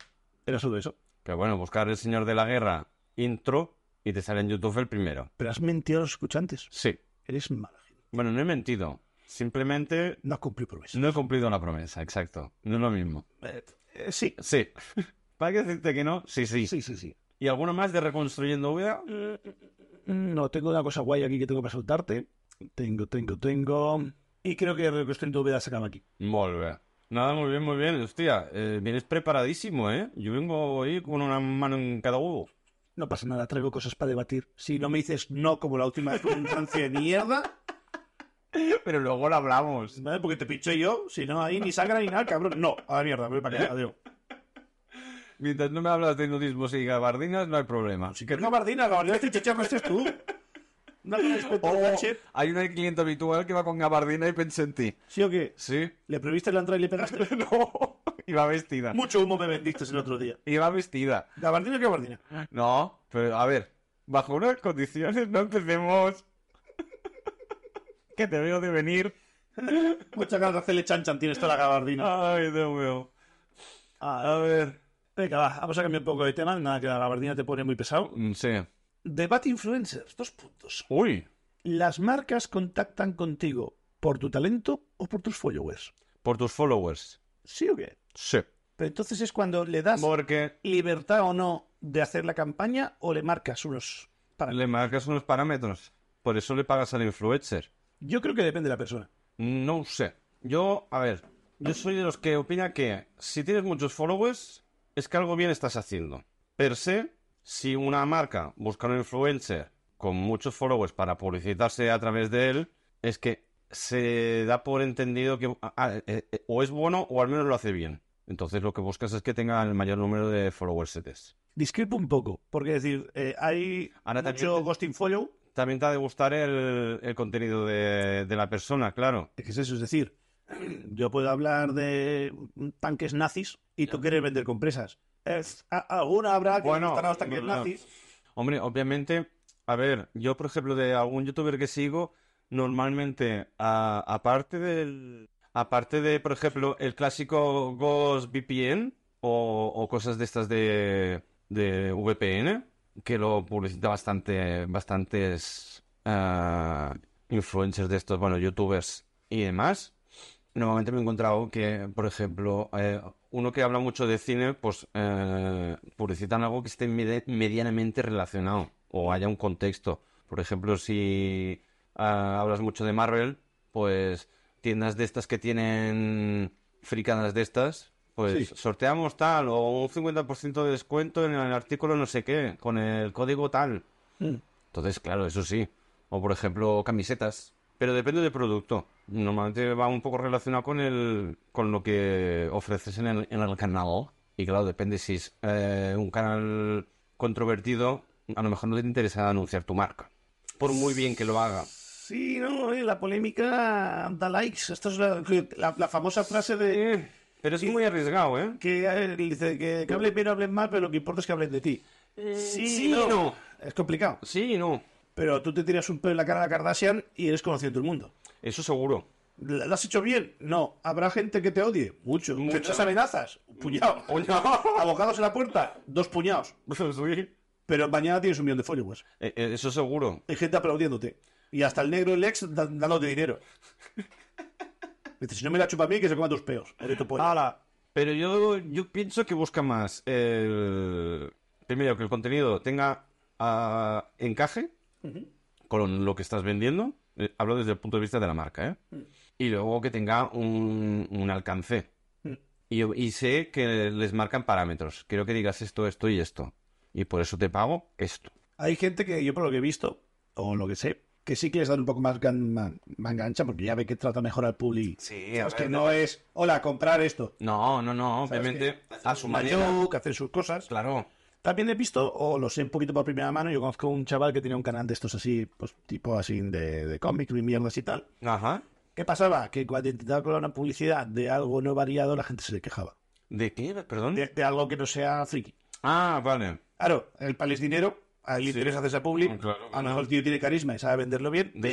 S2: Era solo eso.
S1: Pero bueno, buscar el señor de la guerra, intro, y te sale en YouTube el primero.
S2: Pero has mentido a los escuchantes.
S1: Sí.
S2: Eres mala gente.
S1: Bueno, no he mentido. Simplemente
S2: No has cumplido promesas.
S1: no he cumplido la promesa, exacto. No es lo mismo.
S2: Eh, eh, sí.
S1: Sí. [LAUGHS] ¿Para qué decirte que no? Sí, sí.
S2: Sí, sí, sí.
S1: ¿Y alguno más de Reconstruyendo Vida?
S2: Mm, No, tengo una cosa guay aquí que tengo para soltarte. Tengo, tengo, tengo. Y creo que estoy en tu vida se acaba aquí.
S1: Volve. Nada, muy bien, muy bien. Hostia, eh, vienes preparadísimo, ¿eh? Yo vengo hoy con una mano en cada huevo. [LAUGHS]
S2: No pasa nada, traigo cosas para debatir. Si no me dices no como la última circunstancia de mierda,
S1: Pero luego lo hablamos.
S2: ¿vale? porque te pinché yo, si no ahí ni sangra ni nada, cabrón. No, a la mierda, voy para allá, adiós.
S1: Mientras no me hablas de nudismos y gabardinas, no hay problema.
S2: Si que no, Bardina, la verdad es que chichaco este es tú. No te respeto, Ratchet.
S1: Hay un cliente habitual que va con gabardina y pensé en ti.
S2: ¿Sí o qué?
S1: Sí. [LAUGHS]
S2: ¿Le previste la entrada y le pegaste? [LAUGHS] No.
S1: Y va vestida.
S2: Mucho humo me vendiste el otro día.
S1: Y va vestida.
S2: ¿Gabardina o qué gabardina?
S1: No, pero a ver. Bajo [LAUGHS] unas condiciones no empecemos. que te veo de venir.
S2: Muchas ganas de hacerle chan chan tienes toda la gabardina.
S1: Ay, Dios mío.
S2: A ver. Ah, Venga, va, vamos a cambiar un poco de tema. Nada, que la gabardina te pone muy pesado.
S1: Mm, Sí.
S2: Debate influencers, dos puntos.
S1: Uy,
S2: Las marcas contactan contigo por tu talento o por tus followers.
S1: por tus followers.
S2: ¿Sí o qué?
S1: Sí.
S2: Pero entonces es cuando le das
S1: Porque
S2: libertad o no de hacer la campaña o le marcas unos para.
S1: le marcas unos parámetros. Por eso le pagas al influencer.
S2: Yo creo que depende de la persona.
S1: No sé. Yo, a ver, yo soy de los que opina que si tienes muchos followers, es que algo bien estás haciendo. Per se, si una marca busca un influencer con muchos followers para publicitarse a través de él, es que se da por entendido que ah, eh, eh, o es bueno o al menos lo hace bien. Entonces lo que buscas es que tenga el mayor número de followers.
S2: Discrepo un poco, porque es decir, eh, hay
S1: Ahora también
S2: mucho
S1: te-
S2: ghosting follow.
S1: También te ha de gustar el, el contenido de, de la persona, claro.
S2: ¿Qué es eso? Es decir, [CLEARS THROAT] yo puedo hablar de tanques nazis y tú quieres vender compresas. Es- a- alguna habrá que
S1: Bueno,
S2: bueno, a los tanques
S1: no, no.
S2: nazis.
S1: Hombre, obviamente, a ver, yo por ejemplo de algún youtuber que sigo, normalmente, a- aparte del, aparte de, por ejemplo, el clásico Ghost VPN o, o cosas de estas de, de VPN, que lo publicita bastante, bastantes ah, influencers de estos, bueno, youtubers y demás. Normalmente me he encontrado que, por ejemplo, eh, uno que habla mucho de cine, pues eh, publicitan algo que esté medi- medianamente relacionado o haya un contexto. Por ejemplo, si ah, hablas mucho de Marvel, pues tiendas de estas que tienen fricadas de estas, pues
S2: Sí.
S1: sorteamos tal o un 50% de descuento en el artículo no sé qué, con el código tal.
S2: Mm.
S1: Entonces, claro, eso sí. O por ejemplo, camisetas. Pero depende del producto. Normalmente va un poco relacionado con el, con lo que ofreces en el, en el canal. Y claro, depende si es eh, un canal controvertido, a lo mejor no te interesa anunciar tu marca. Por muy bien que lo haga.
S2: Sí, no, eh, la polémica da likes. Esto es la, la- la famosa frase de
S1: Eh, pero es muy arriesgado, ¿eh?
S2: que, eh, dice que, que hablen bien o hablen mal, pero lo que importa es que hablen de ti. Eh, sí, no. Es complicado.
S1: Sí, no.
S2: Pero tú te tiras un pelo en la cara a la Kardashian y eres conocido en todo el mundo.
S1: Eso seguro.
S2: ¿Lo lo has hecho bien? No. ¿Habrá gente que te odie? Mucho.
S1: Mucho.
S2: ¿Tendrás amenazas? Un puñado.
S1: [LAUGHS]
S2: ¿Abogados en la puerta? Dos puñados.
S1: Sí.
S2: Pero mañana tienes un millón de followers.
S1: Eh, eh, Eso seguro.
S2: Hay gente aplaudiéndote. Y hasta el negro, el ex, dan- dándote [LAUGHS] dinero. Dice, si no me la chupa a mí, que se coma tus peos. O de tu polla.
S1: Pero yo, yo pienso que busca más el... Primero, que el contenido tenga ah, encaje con lo que estás vendiendo. Eh, hablo desde el punto de vista de la marca, ¿eh? Y luego que tenga un, un alcance.
S2: Mm.
S1: Y, yo- y sé que les marcan parámetros. Quiero que digas esto, esto y esto. Y por eso te pago esto.
S2: Hay gente que yo por lo que he visto, o lo que sé, que sí que les dan un poco más, gan- ma- más gancha porque ya ve que trata mejor al público.
S1: Sí,
S2: es que no es, hola, comprar esto.
S1: No, no, no. Obviamente, a su manera.
S2: Mayor, que hacer sus cosas.
S1: Claro.
S2: También he visto, o lo sé un poquito por primera mano, yo conozco un chaval que tenía un canal de estos así, pues tipo así de, de cómics y mierdas y tal.
S1: Ajá.
S2: ¿Qué pasaba? Que cuando intentaba colar una publicidad de algo no variado, la gente se le quejaba.
S1: ¿De qué? Perdón.
S2: De, de algo que no sea friki.
S1: Ah, vale.
S2: Claro, el pal es dinero, a él le interesa hacerse public,
S1: Mm, Claro,
S2: a lo mejor el tío tiene carisma y sabe venderlo bien,
S1: De-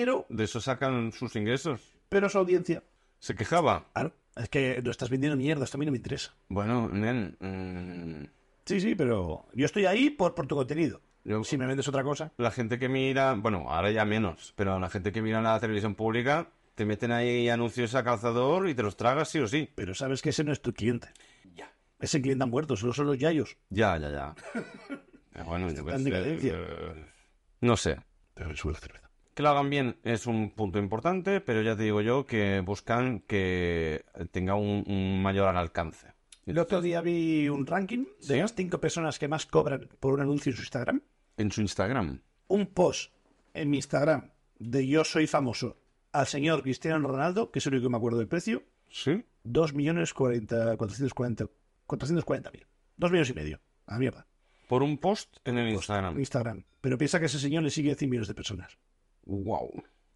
S2: pero,
S1: De eso sacan sus ingresos.
S2: pero su audiencia.
S1: Se quejaba.
S2: Claro, es que no estás vendiendo mierda, esto a mí no me interesa.
S1: Bueno, nen, mm,
S2: Sí, sí, pero yo estoy ahí por, por tu contenido.
S1: yo-
S2: Si me vendes otra cosa.
S1: la gente que mira, bueno, ahora ya menos, pero la gente que mira la televisión pública, te meten ahí anuncios a calzador y te los tragas sí o sí.
S2: Pero sabes que ese no es tu cliente.
S1: Ya.
S2: Ese cliente ha muerto, solo son los yayos.
S1: Ya, ya, [LAUGHS] ya. Eh, bueno, yo qué
S2: tan
S1: sé,
S2: decadencia.
S1: eh, no sé.
S2: Pero el suelo cerveza.
S1: Que lo hagan bien es un punto importante, pero ya te digo yo que buscan que tenga un, un mayor alcance.
S2: El otro día vi un ranking de las cinco personas que más cobran por un anuncio en su Instagram.
S1: En su Instagram.
S2: Un post en mi Instagram de yo soy famoso al señor Cristiano Ronaldo, que es el único que me acuerdo del precio,
S1: ¿Sí?
S2: 2 millones 40, 440, 440 mil. 2 millones y medio. A mierda.
S1: Por un post en el
S2: En
S1: Instagram.
S2: Instagram. Pero piensa que ese señor le sigue 100 millones de personas.
S1: Wow.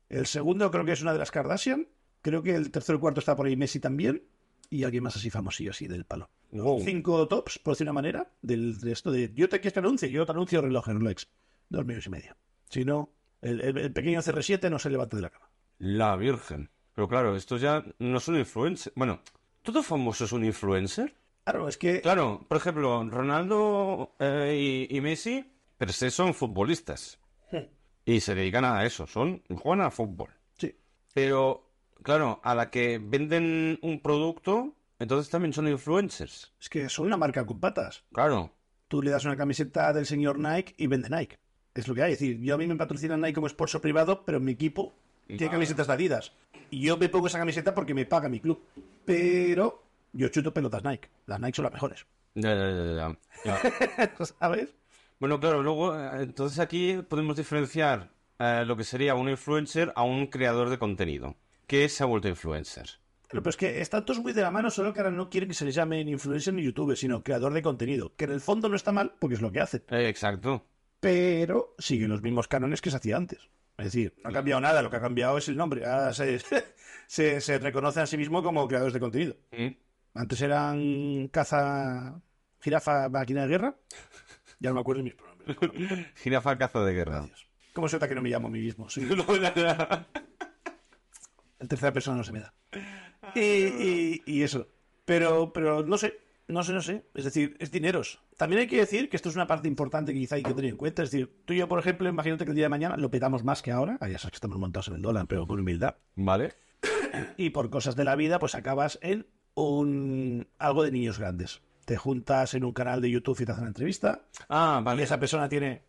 S2: El segundo creo que es una de las Kardashian. Creo que el tercer cuarto está por ahí Messi también. Y alguien más así famosillo, así del palo.
S1: Wow.
S2: cinco tops, por decir una manera, del de esto de yo te quiero que anuncie, yo te anuncio reloj en Rolex. Dos minutos y medio. Si no, el, el- el pequeño CR7 no se levanta de la cama.
S1: La Virgen. Pero claro, esto ya no es un influencer. Bueno, ¿todo famoso es un influencer?
S2: Claro, es que.
S1: Claro, por ejemplo, Ronaldo eh, y, y Messi, per se son futbolistas. Y se dedican a eso, son, juegan a fútbol.
S2: Sí.
S1: Pero, claro, a la que venden un producto, entonces también son influencers.
S2: Es que son una marca con patas.
S1: Claro,
S2: Tú le das una camiseta del señor Nike y vende Nike. Es lo que hay. Es decir, yo a mí me patrocina Nike como sponsor privado, pero mi equipo tiene camisetas de Adidas. Y yo me pongo esa camiseta porque me paga mi club. Pero yo chuto pelotas Nike. Las Nike son las mejores. [LAUGHS]
S1: ya, ya, ya, ya. Ya.
S2: ¿Sabes?
S1: Bueno, claro, luego, eh, entonces aquí podemos diferenciar eh, lo que sería un influencer a un creador de contenido, que se ha vuelto influencer.
S2: Pero, pero es que están todos muy de la mano, solo que ahora no quieren que se les llame ni influencer ni youtuber, sino creador de contenido. Que en el fondo no está mal, porque es lo que hacen.
S1: Eh, exacto.
S2: Pero siguen los mismos cánones que se hacía antes. Es decir, no ha cambiado nada, lo que ha cambiado es el nombre. Ahora se, [LAUGHS] se, se reconocen a sí mismos como creadores de contenido.
S1: Sí.
S2: Antes eran caza, jirafa, máquina de guerra. Ya no me acuerdo de mis pronombres.
S1: Jirafa al cazo de guerra. [LAUGHS]
S2: ¿Cómo se nota que no me llamo a mí mismo? Soy- En tercera persona no se me da. Y, y- y eso. Pero, pero no sé, no sé, no sé. Es decir, es dineros. También hay que decir que esto es una parte importante que quizá hay que tener en cuenta. Es decir, tú y yo, por ejemplo, imagínate que el día de mañana lo petamos más que ahora. Ah, ya sabes que estamos montados en el dólar, pero con humildad.
S1: Vale.
S2: Y por cosas de la vida, pues acabas en un algo de niños grandes. Te juntas en un canal de YouTube y te hacen una entrevista.
S1: Ah,
S2: Y
S1: vale.
S2: esa persona tiene,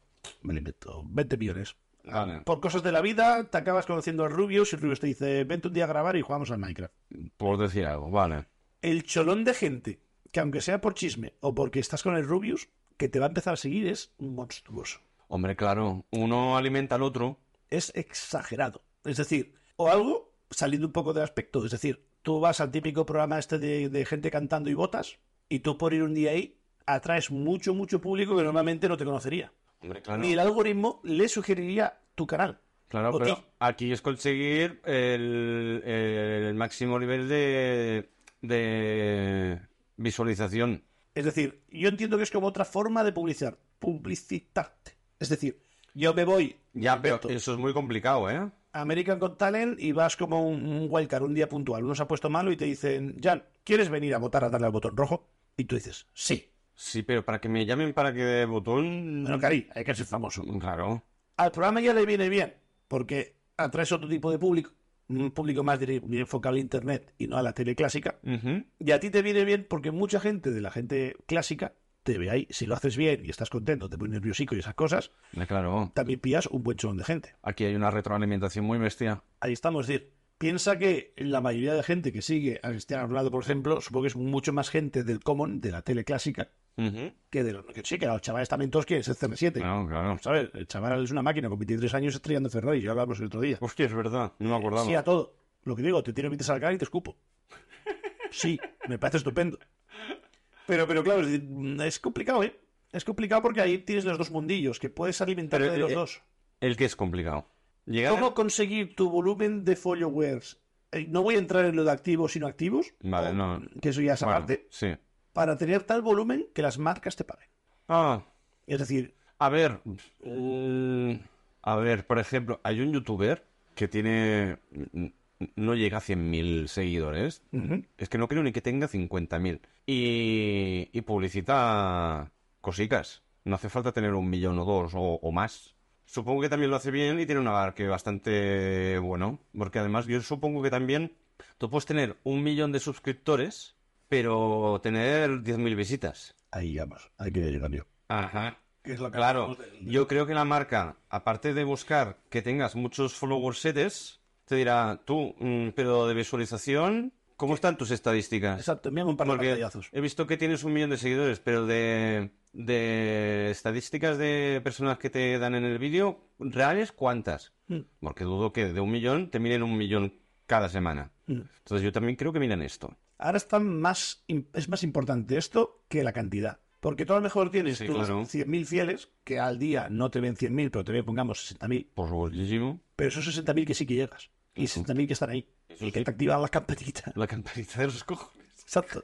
S2: me lo invento, 20 millones.
S1: Vale.
S2: Por cosas de la vida, te acabas conociendo a Rubius y Rubius te dice, vente un día a grabar y jugamos al Minecraft.
S1: Por decir algo, vale.
S2: El cholón de gente, que aunque sea por chisme o porque estás con el Rubius, que te va a empezar a seguir es monstruoso.
S1: Hombre, claro, uno alimenta al otro.
S2: Es exagerado. Es decir, o algo saliendo un poco del aspecto. Es decir, tú vas al típico programa este de, de gente cantando y botas, y tú por ir un día ahí atraes mucho, mucho público que normalmente no te conocería.
S1: Hombre, claro.
S2: Ni el algoritmo le sugeriría tu canal.
S1: Claro,
S2: o
S1: pero
S2: ti.
S1: aquí es conseguir el, el máximo nivel de, de visualización.
S2: Es decir, yo entiendo que es como otra forma de publicitar, publicitarte. Es decir, yo me voy
S1: Ya, pero
S2: Perfecto.
S1: eso es muy complicado, ¿eh?
S2: a American Got Talent y vas como un, un wildcard un día puntual. Uno se ha puesto malo y te dicen, Jan, ¿quieres venir a votar a darle al botón rojo? Y tú dices, sí.
S1: Sí, pero para que me llamen para que dé botón.
S2: Bueno, Cari, hay que ser famoso.
S1: Claro.
S2: Al programa ya le viene bien, porque atraes otro tipo de público, un público más dire- enfocado al internet y no a la tele clásica.
S1: Ujú.
S2: Y a ti te viene bien porque mucha gente de la gente clásica te ve ahí. Si lo haces bien y estás contento, te pones nerviosico y esas cosas,
S1: Ya, Claro.
S2: también pillas un buen cholón de gente.
S1: Aquí hay una retroalimentación muy bestia.
S2: Ahí estamos, es decir, piensa que la mayoría de gente que sigue a Cristiano Ronaldo, por ejemplo, supongo que es mucho más gente del common, de la tele clásica,
S1: Ujú.
S2: que de los que sí, que los chavales también todos quieren ser CR7.
S1: Claro, claro.
S2: ¿Sabes? El chaval es una máquina con 23 años estrellando Ferrari, ya hablamos el otro día.
S1: Hostia, es verdad. No me acordaba.
S2: Sí a todo. Lo que digo, te tiro mientras al cara y te escupo. Sí, me parece estupendo. Pero, pero claro, es, decir, es complicado, ¿eh? Es complicado porque ahí tienes los dos mundillos, que puedes alimentarte
S1: Pero,
S2: de los
S1: eh,
S2: dos.
S1: El que es complicado. Llegar.
S2: ¿Cómo conseguir tu volumen de followares? Eh, No voy a entrar en lo de activos y no activos,
S1: Vale,
S2: o-
S1: no.
S2: que eso ya es
S1: Bueno,
S2: aparte,
S1: sí.
S2: para tener tal volumen que las marcas te paguen.
S1: Ah,
S2: Es decir,
S1: a ver. mm, A ver, por ejemplo, hay un youtuber que tiene. No llega a 100.000 seguidores. Es que no creo ni que tenga 50.000. Y, y publicita cositas. No hace falta tener un millón o dos o, o más. Supongo que también lo hace bien y tiene un abarque bastante bueno. Porque además yo supongo que también tú puedes tener un millón de suscriptores, pero tener 10.000 visitas.
S2: ahí ya más, ahí quería llegar yo.
S1: Ajá.
S2: Que es lo que
S1: Claro,
S2: hablamos del-
S1: yo creo que la marca, aparte de buscar que tengas muchos followersetes, te dirá, tú, mm, pero de visualización, ¿cómo están tus estadísticas?
S2: Exacto, envíame un par de
S1: Porque
S2: pantallazos.
S1: he visto que tienes un millón de seguidores, pero de, de estadísticas de personas que te dan en el vídeo, ¿reales cuántas?
S2: Mm.
S1: Porque dudo que de un millón te miren un millón cada semana.
S2: Mm.
S1: Entonces yo también creo que miran esto.
S2: Ahora está más, im- es más importante esto que la cantidad. Porque tú a lo mejor tienes
S1: Sí,
S2: tus
S1: claro.
S2: 100.000 fieles, que al día no te ven 100.000, pero te ven, pongamos, 60.000.
S1: Por supuestísimo.
S2: Pero esos 60.000 que sí que llegas. Y 60.000 que están ahí.
S1: Eso
S2: Y que
S1: sí.
S2: te activan las campanitas.
S1: La campanita de los cojones.
S2: Exacto.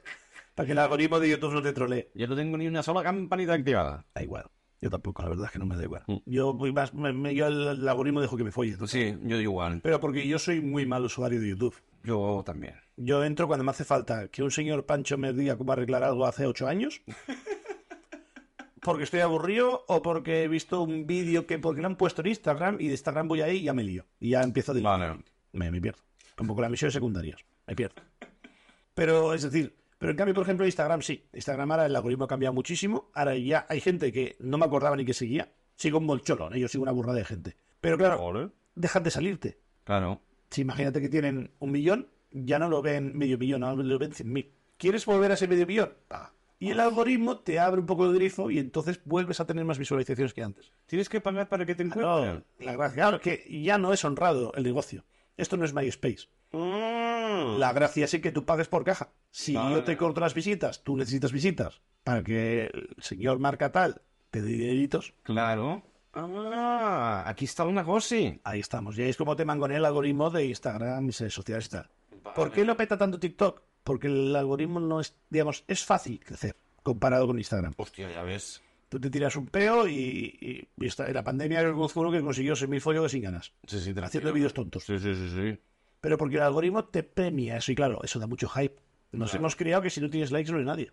S2: Para que el algoritmo de YouTube no te trolee.
S1: Yo no tengo ni una sola campanita activada.
S2: Da igual. Yo tampoco, la verdad es que no me da igual.
S1: Mm.
S2: Yo voy más, me- me- yo el, el algoritmo dejo que me folle. entonces.
S1: Sí, yo igual.
S2: Pero porque yo soy muy mal usuario de YouTube.
S1: Yo también.
S2: Yo entro cuando me hace falta que un señor Pancho me diga cómo arreglar algo hace ocho años. Porque estoy aburrido o porque he visto un vídeo que porque lo han puesto en Instagram y de Instagram voy ahí y ya me lío. Y ya empiezo a decir,
S1: Vale.
S2: me, me pierdo. Tampoco las misiones secundarias. Me pierdo. Pero, es decir, pero en cambio, por ejemplo, Instagram sí. Instagram ahora el algoritmo ha cambiado muchísimo. Ahora ya hay gente que no me acordaba ni que seguía. Sigo un molcholón, yo sigo una burrada de gente. Pero claro,
S1: Ole.
S2: dejan de salirte.
S1: Claro.
S2: Si imagínate que tienen un millón, ya no lo ven medio millón, ahora lo ven cien mil. ¿Quieres volver a ese medio millón? Pa. Y el algoritmo te abre un poco el grifo y entonces vuelves a tener más visualizaciones que antes.
S1: Tienes que pagar para que te
S2: Claro, la gracia, claro, que ya no es honrado el negocio. Esto no es MySpace.
S1: Mm.
S2: La gracia es que tú pagues por caja. Si
S1: Vale.
S2: yo te corto las visitas, tú necesitas visitas para que el señor marca tal te dé dineritos.
S1: Claro. Ah, aquí está una negocio.
S2: Ahí estamos. Ya es como te mangonea el algoritmo de Instagram y redes sociales y tal. ¿Por qué lo peta tanto TikTok? Porque el algoritmo no es, digamos, es fácil crecer comparado con Instagram.
S1: Hostia, ya ves.
S2: Tú te tiras un peo y, y- y está- en la pandemia yo conozco uno que consiguió 6.000 follows sin ganas,
S1: Sí, sí, te la
S2: haciendo vídeos tontos.
S1: Sí, sí, sí, sí.
S2: Pero porque el algoritmo te premia eso y claro, eso da mucho hype. Nos hemos creado que si no tienes likes no eres nadie.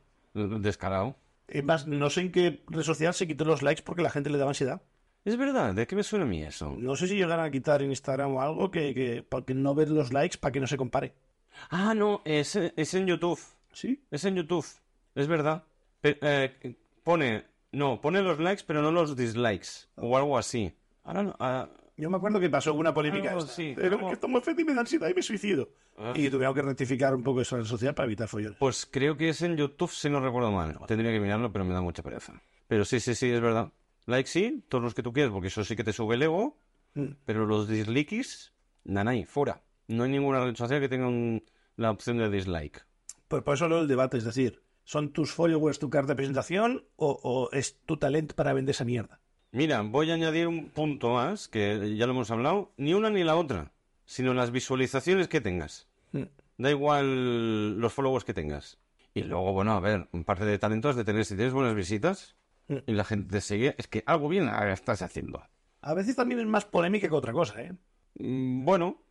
S1: Descarado.
S2: Es más, no sé en qué red social se quitó los likes porque la gente le daba ansiedad.
S1: Es verdad, ¿de qué me suena a mí eso?
S2: No sé si llegaron a quitar en Instagram o algo que, que porque no ver los likes para que no se compare.
S1: Ah, no, es, es en YouTube.
S2: ¿Sí?
S1: Es en YouTube. Es verdad. Pe- eh, pone, no, pone los likes, pero no los dislikes. O algo así. Ahora no. ah,
S2: Yo me acuerdo que pasó una polémica.
S1: Algo
S2: esta.
S1: así,
S2: Pero
S1: algo-
S2: que esto me ofende y me da ansiedad y me suicido.
S1: Ah.
S2: Y tuvieron que rectificar un poco eso en la sociedad para evitar follones.
S1: pues creo que es en YouTube, si no recuerdo mal. Tendría que mirarlo, pero me da mucha pereza. Pero sí, sí, sí, es verdad. Likes sí, todos los que tú quieras, porque eso sí que te sube el ego.
S2: Mm.
S1: Pero los dislikes, nanay, fuera. No hay ninguna red social que tenga un- la opción de dislike.
S2: Pues por eso luego el debate, es decir, ¿son tus followers tu carta de presentación o, o es tu talento para vender esa mierda?
S1: Mira, voy a añadir un punto más, que ya lo hemos hablado, ni una ni la otra, sino las visualizaciones que tengas.
S2: Mm.
S1: Da igual los followers que tengas. Y luego, bueno, a ver, parte de talento es de tener, si tienes buenas visitas
S2: Mm.
S1: y la gente te sigue, es que algo bien ah, estás haciendo.
S2: A veces también es más polémica que otra cosa, ¿eh?
S1: Mm, Bueno,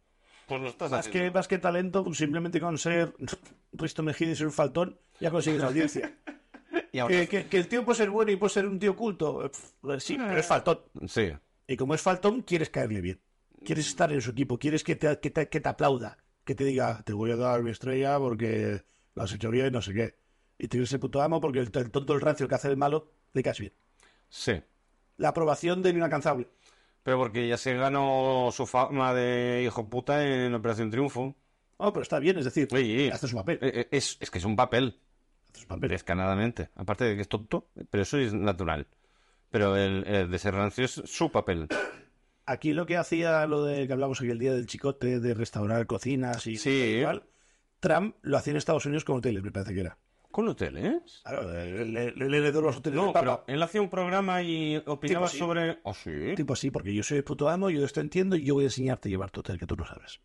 S1: pues lo estás
S2: Más que, más que talento, pues simplemente con ser [LAUGHS] Risto Mejide y ser un faltón, ya [LAUGHS] consigues audiencia.
S1: Y ahora-
S2: que, que- que el tío puede ser bueno y puede ser un tío culto, eh, pf, sí, pero es faltón.
S1: Sí,
S2: Y como es faltón, quieres caerle bien. Quieres estar en su equipo, quieres que te, que te- que te aplauda, que te diga, te voy a dar mi estrella porque lo has hecho bien y no sé qué. Y te crees el puto amo porque el, el tonto, el rancio, el que hace el malo, le caes bien.
S1: sí.
S2: La aprobación del inalcanzable.
S1: Pero porque ya se ganó su fama de hijo puta en Operación Triunfo.
S2: Oh, pero está bien, es decir,
S1: Oye,
S2: hace su papel.
S1: eh, eh, es- es que es un papel.
S2: hace su papel.
S1: descaradamente. Aparte de que es tonto, pero eso es natural. Pero el, el de ser rancio es su papel.
S2: Aquí lo que hacía lo de que hablamos aquel día del chicote, de restaurar cocinas y
S1: Sí.
S2: tal, Trump lo hacía en Estados Unidos con hoteles, me parece que era.
S1: Con hoteles.
S2: Claro, él él- él heredó los hoteles. del
S1: No,
S2: Papa.
S1: pero él hacía un programa y opinaba
S2: sí.
S1: sobre. Ah, sí.
S2: Tipo así, porque yo soy el puto amo, yo esto entiendo y yo voy a enseñarte a llevar tu hotel que tú no sabes.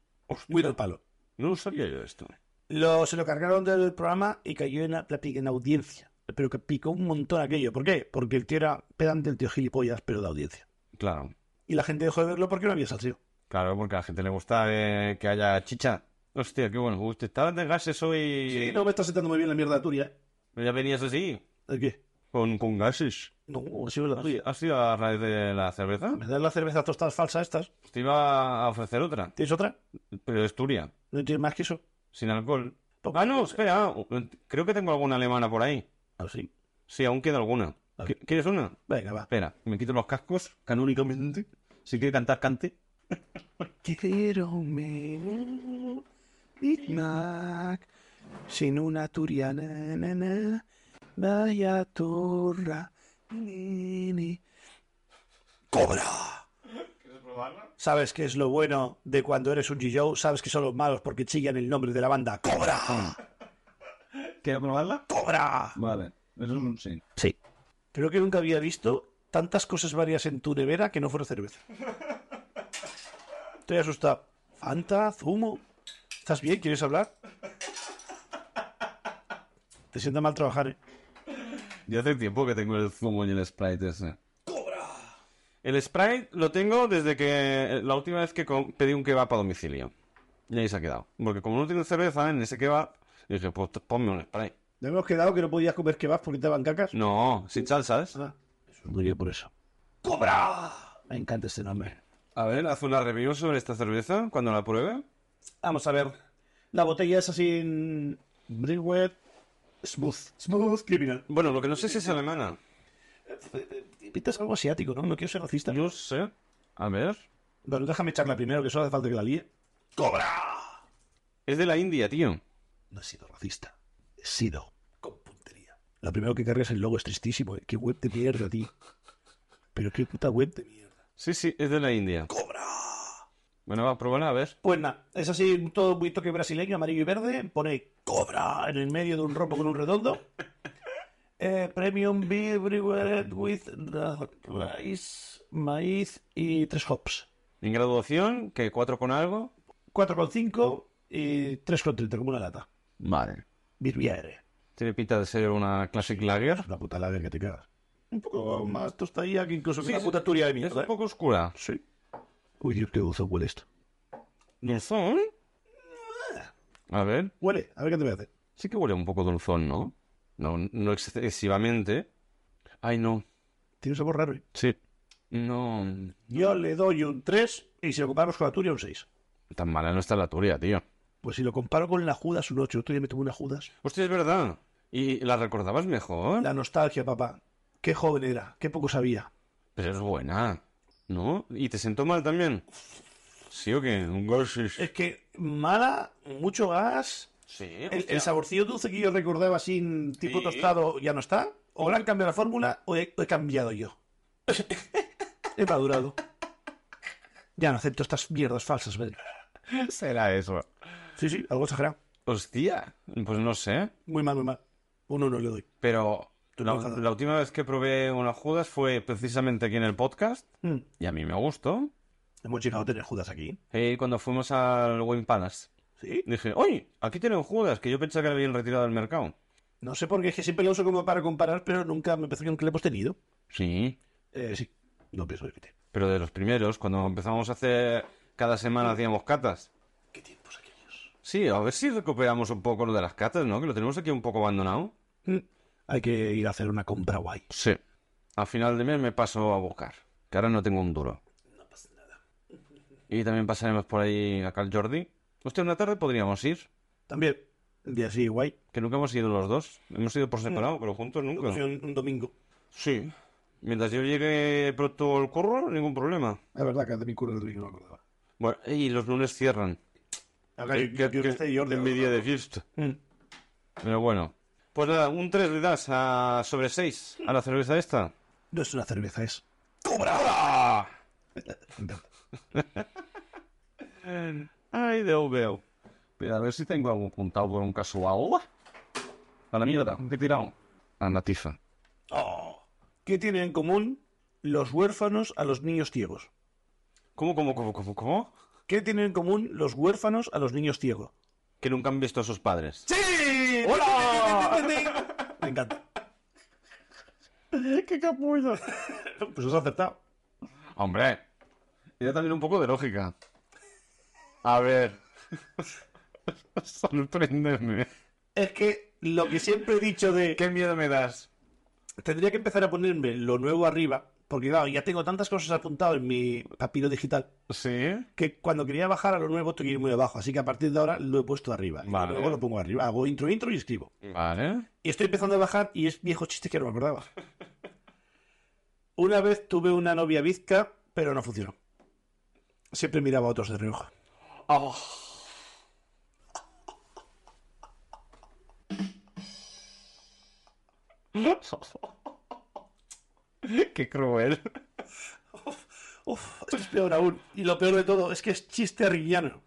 S2: Muy del palo.
S1: No lo sabía yo esto.
S2: Lo, se lo cargaron del programa y cayó en, la- en audiencia. Pero que picó un montón aquello. ¿Por qué? Porque el tío era pedante, el tío gilipollas, pero de audiencia.
S1: Claro.
S2: Y la gente dejó de verlo porque no había salseo.
S1: Claro, porque a la gente le gusta eh, que haya chicha. Hostia, qué bueno. Usted estaba de gases hoy.
S2: Sí, no me está sentando muy bien la mierda tuya. ¿eh?
S1: Ya venías así.
S2: ¿El qué? Ah,
S1: Con, con gases.
S2: No, ha sido la tuya.
S1: ¿Has ido a raíz de la cerveza?
S2: Me das la cerveza tostadas falsa estas.
S1: Te iba a ofrecer otra.
S2: ¿Tienes otra?
S1: Pero es turia.
S2: ¿No tienes más que eso?
S1: Sin alcohol.
S2: Poco.
S1: Ah, no, espera. Creo que tengo alguna alemana por ahí.
S2: Ah, sí.
S1: Sí, aún queda alguna.
S2: A
S1: ¿Qui- ¿Quieres una?
S2: Venga, va.
S1: Espera, me quito los cascos canónicamente. Si quiere cantar, cante.
S2: Quiero un Big Mac sin una turiana. na, na. vaya turra. nene. ¡Cobra! ¿Sabes qué es lo bueno de cuando eres un G-Joe? ¿Sabes que son los malos porque chillan el nombre de la banda? ¡Cobra!
S1: ¿Quieres probarla?
S2: ¡Cobra!
S1: Vale, eso es un sí.
S2: Sí. Creo que nunca había visto tantas cosas varias en tu nevera que no fuera cerveza. Estoy asustado. Fanta, zumo. ¿Estás bien? ¿Quieres hablar? Te sienta mal trabajar, ¿eh?
S1: Ya hace tiempo que tengo el zumo y el sprite ese. El Sprite lo tengo desde que la última vez que com- pedí un kebab a domicilio. Y ahí se ha quedado. Porque como no tiene cerveza en ese kebab, dije, pues t- ponme un Sprite.
S2: Nos hemos quedado que no podías comer kebabs porque te daban cacas.
S1: No, sin salsas.
S2: Ah, eso no iría por eso. ¡Cobra! Me encanta este nombre.
S1: A ver, haz una review sobre esta cerveza cuando la pruebe.
S2: Vamos a ver. La botella es así en... Brewer Smooth. Smooth Criminal.
S1: Bueno, lo que no sé si es alemana.
S2: Eh, Pintas algo asiático, ¿no? No quiero ser racista.
S1: Yo sé. A ver.
S2: Pero déjame echarla primero, que solo hace falta que la líe. ¡Cobra!
S1: Es de la India, tío.
S2: No he sido racista. He sido con puntería. Lo primero que cargas el logo es tristísimo. ¿eh? Qué web de mierda, tío. Pero qué puta web de mierda.
S1: Sí, sí, es de la India.
S2: ¡Cobra!
S1: Bueno, va, pruébala, a ver.
S2: Pues nada, es así, todo muy toque brasileño, amarillo y verde. Pone cobra en el medio de un rombo con un redondo. [LAUGHS] Eh, premium beer brewered with rice, maíz y tres hops.
S1: En graduación, que 4 con algo.
S2: 4,5 y 3,30, como una lata.
S1: Vale.
S2: Birbiere.
S1: Tiene pinta de ser una Classic Lager.
S2: Una puta lager que te Oh, cagas. Un poco más tostadilla que incluso una puta turia de
S1: Es
S2: mierda. ¿eh?
S1: un poco oscura.
S2: Sí. Uy, Dios, qué dulce huele esto.
S1: ¿Dulzón? A ver.
S2: Huele, a ver qué te voy a hacer.
S1: Sí que huele un poco dulzón, ¿no? No, no excesivamente. Ay, no.
S2: Tiene un sabor raro. ¿eh?
S1: Sí. No.
S2: Yo le doy un 3 y si lo comparamos con la turia, un 6.
S1: Tan mala no está la turia, tío.
S2: Pues si lo comparo con la Judas, un 8. Otro día me tomé una Judas.
S1: Hostia, es verdad. ¿Y la recordabas mejor?
S2: La nostalgia, papá. Qué joven era, qué poco sabía.
S1: Pero es buena. ¿No? ¿Y te sentó mal también? Sí o qué? Un gorsis.
S2: Es que mala, mucho gas.
S1: Sí.
S2: El, el saborcillo dulce que yo recordaba sin tipo
S1: Sí.
S2: tostado ya no está. O le han cambiado la fórmula o he, he cambiado [LAUGHS] yo. he madurado. Ya no acepto estas mierdas falsas, ¿verdad?
S1: será eso?
S2: Sí, sí, algo exagerado.
S1: Hostia. Pues no sé.
S2: Muy mal, muy mal. Uno no le doy.
S1: Pero la,
S2: Ojalá.
S1: la última vez que probé una Judas fue precisamente aquí en el podcast.
S2: Mm.
S1: Y a mí me gustó.
S2: Hemos llegado a tener Judas aquí.
S1: Eh, cuando fuimos al Wayne Palace.
S2: Sí.
S1: Dije, oye, aquí tienen Judas, que yo pensaba que la habían retirado del mercado.
S2: No sé por qué, es que siempre lo uso como para comparar, pero nunca me parece que le hemos tenido.
S1: Sí.
S2: Eh, sí, no pienso discutir.
S1: Pero de los primeros, cuando empezamos a hacer... Cada semana hacíamos catas.
S2: ¿Qué tiempos aquellos?
S1: Sí, a ver si recuperamos un poco lo de las catas, ¿no? Que lo tenemos aquí un poco abandonado.
S2: Mm. Hay que ir a hacer una compra guay.
S1: Sí. A final de mes me paso a buscar, que ahora no tengo un duro. No pasa nada. Y también pasaremos por ahí a Cal Jordi. Hostia, una tarde podríamos ir,
S2: También, un día así guay.
S1: que nunca hemos ido los dos. Hemos ido por separado, pero
S2: O
S1: juntos
S2: sea,
S1: nunca.
S2: Un, un domingo.
S1: Sí. Mientras yo llegue pronto al curro, ningún problema.
S2: Es verdad que de mi cura el domingo no me acordaba.
S1: Bueno, y los lunes cierran. Eh,
S2: Acá yo- yo- yo estoy yo de-
S1: envidia de Fist.
S2: Mm.
S1: Pero bueno. Pues nada, un 3 le das a sobre 6 a la cerveza esta.
S2: No es una cerveza, es.
S1: ¡Cobra! [LAUGHS] Ay, Déu meu. Espera, a ver si tengo algo apuntado por un casual. A la mierda, he tirado. A la tiza.
S2: Oh. ¿Qué tienen en común los huérfanos a los niños ciegos?
S1: ¿Cómo, cómo, cómo, cómo, cómo?
S2: ¿Qué tienen en común los huérfanos a los niños ciegos?
S1: Que nunca han visto a sus padres.
S2: ¡Sí!
S1: ¡Hola!
S2: Me encanta.
S1: [LAUGHS] ¡Qué capullo!
S2: Pues has acertado.
S1: Hombre, tiene también un poco de lógica. A [LAUGHS] ver. Sorprenderme.
S2: Es que lo que siempre he dicho de
S1: ¿Qué miedo me das?
S2: tendría que empezar a ponerme lo nuevo arriba, porque claro, ya tengo tantas cosas apuntado en mi papiro digital
S1: ¿Sí?
S2: que cuando quería bajar a lo nuevo tuve que ir muy abajo, así que a partir de ahora lo he puesto arriba. Y
S1: Vale.
S2: Luego lo pongo arriba, hago intro, intro y escribo.
S1: Vale.
S2: Y estoy empezando a bajar y es viejo chiste que no me acordaba. Una vez tuve una novia bizca, pero no funcionó. Siempre miraba a otros de reojo.
S1: [LAUGHS] Qué cruel.
S2: Uf, esto es peor aún. Y lo peor de todo es que es chiste rillano.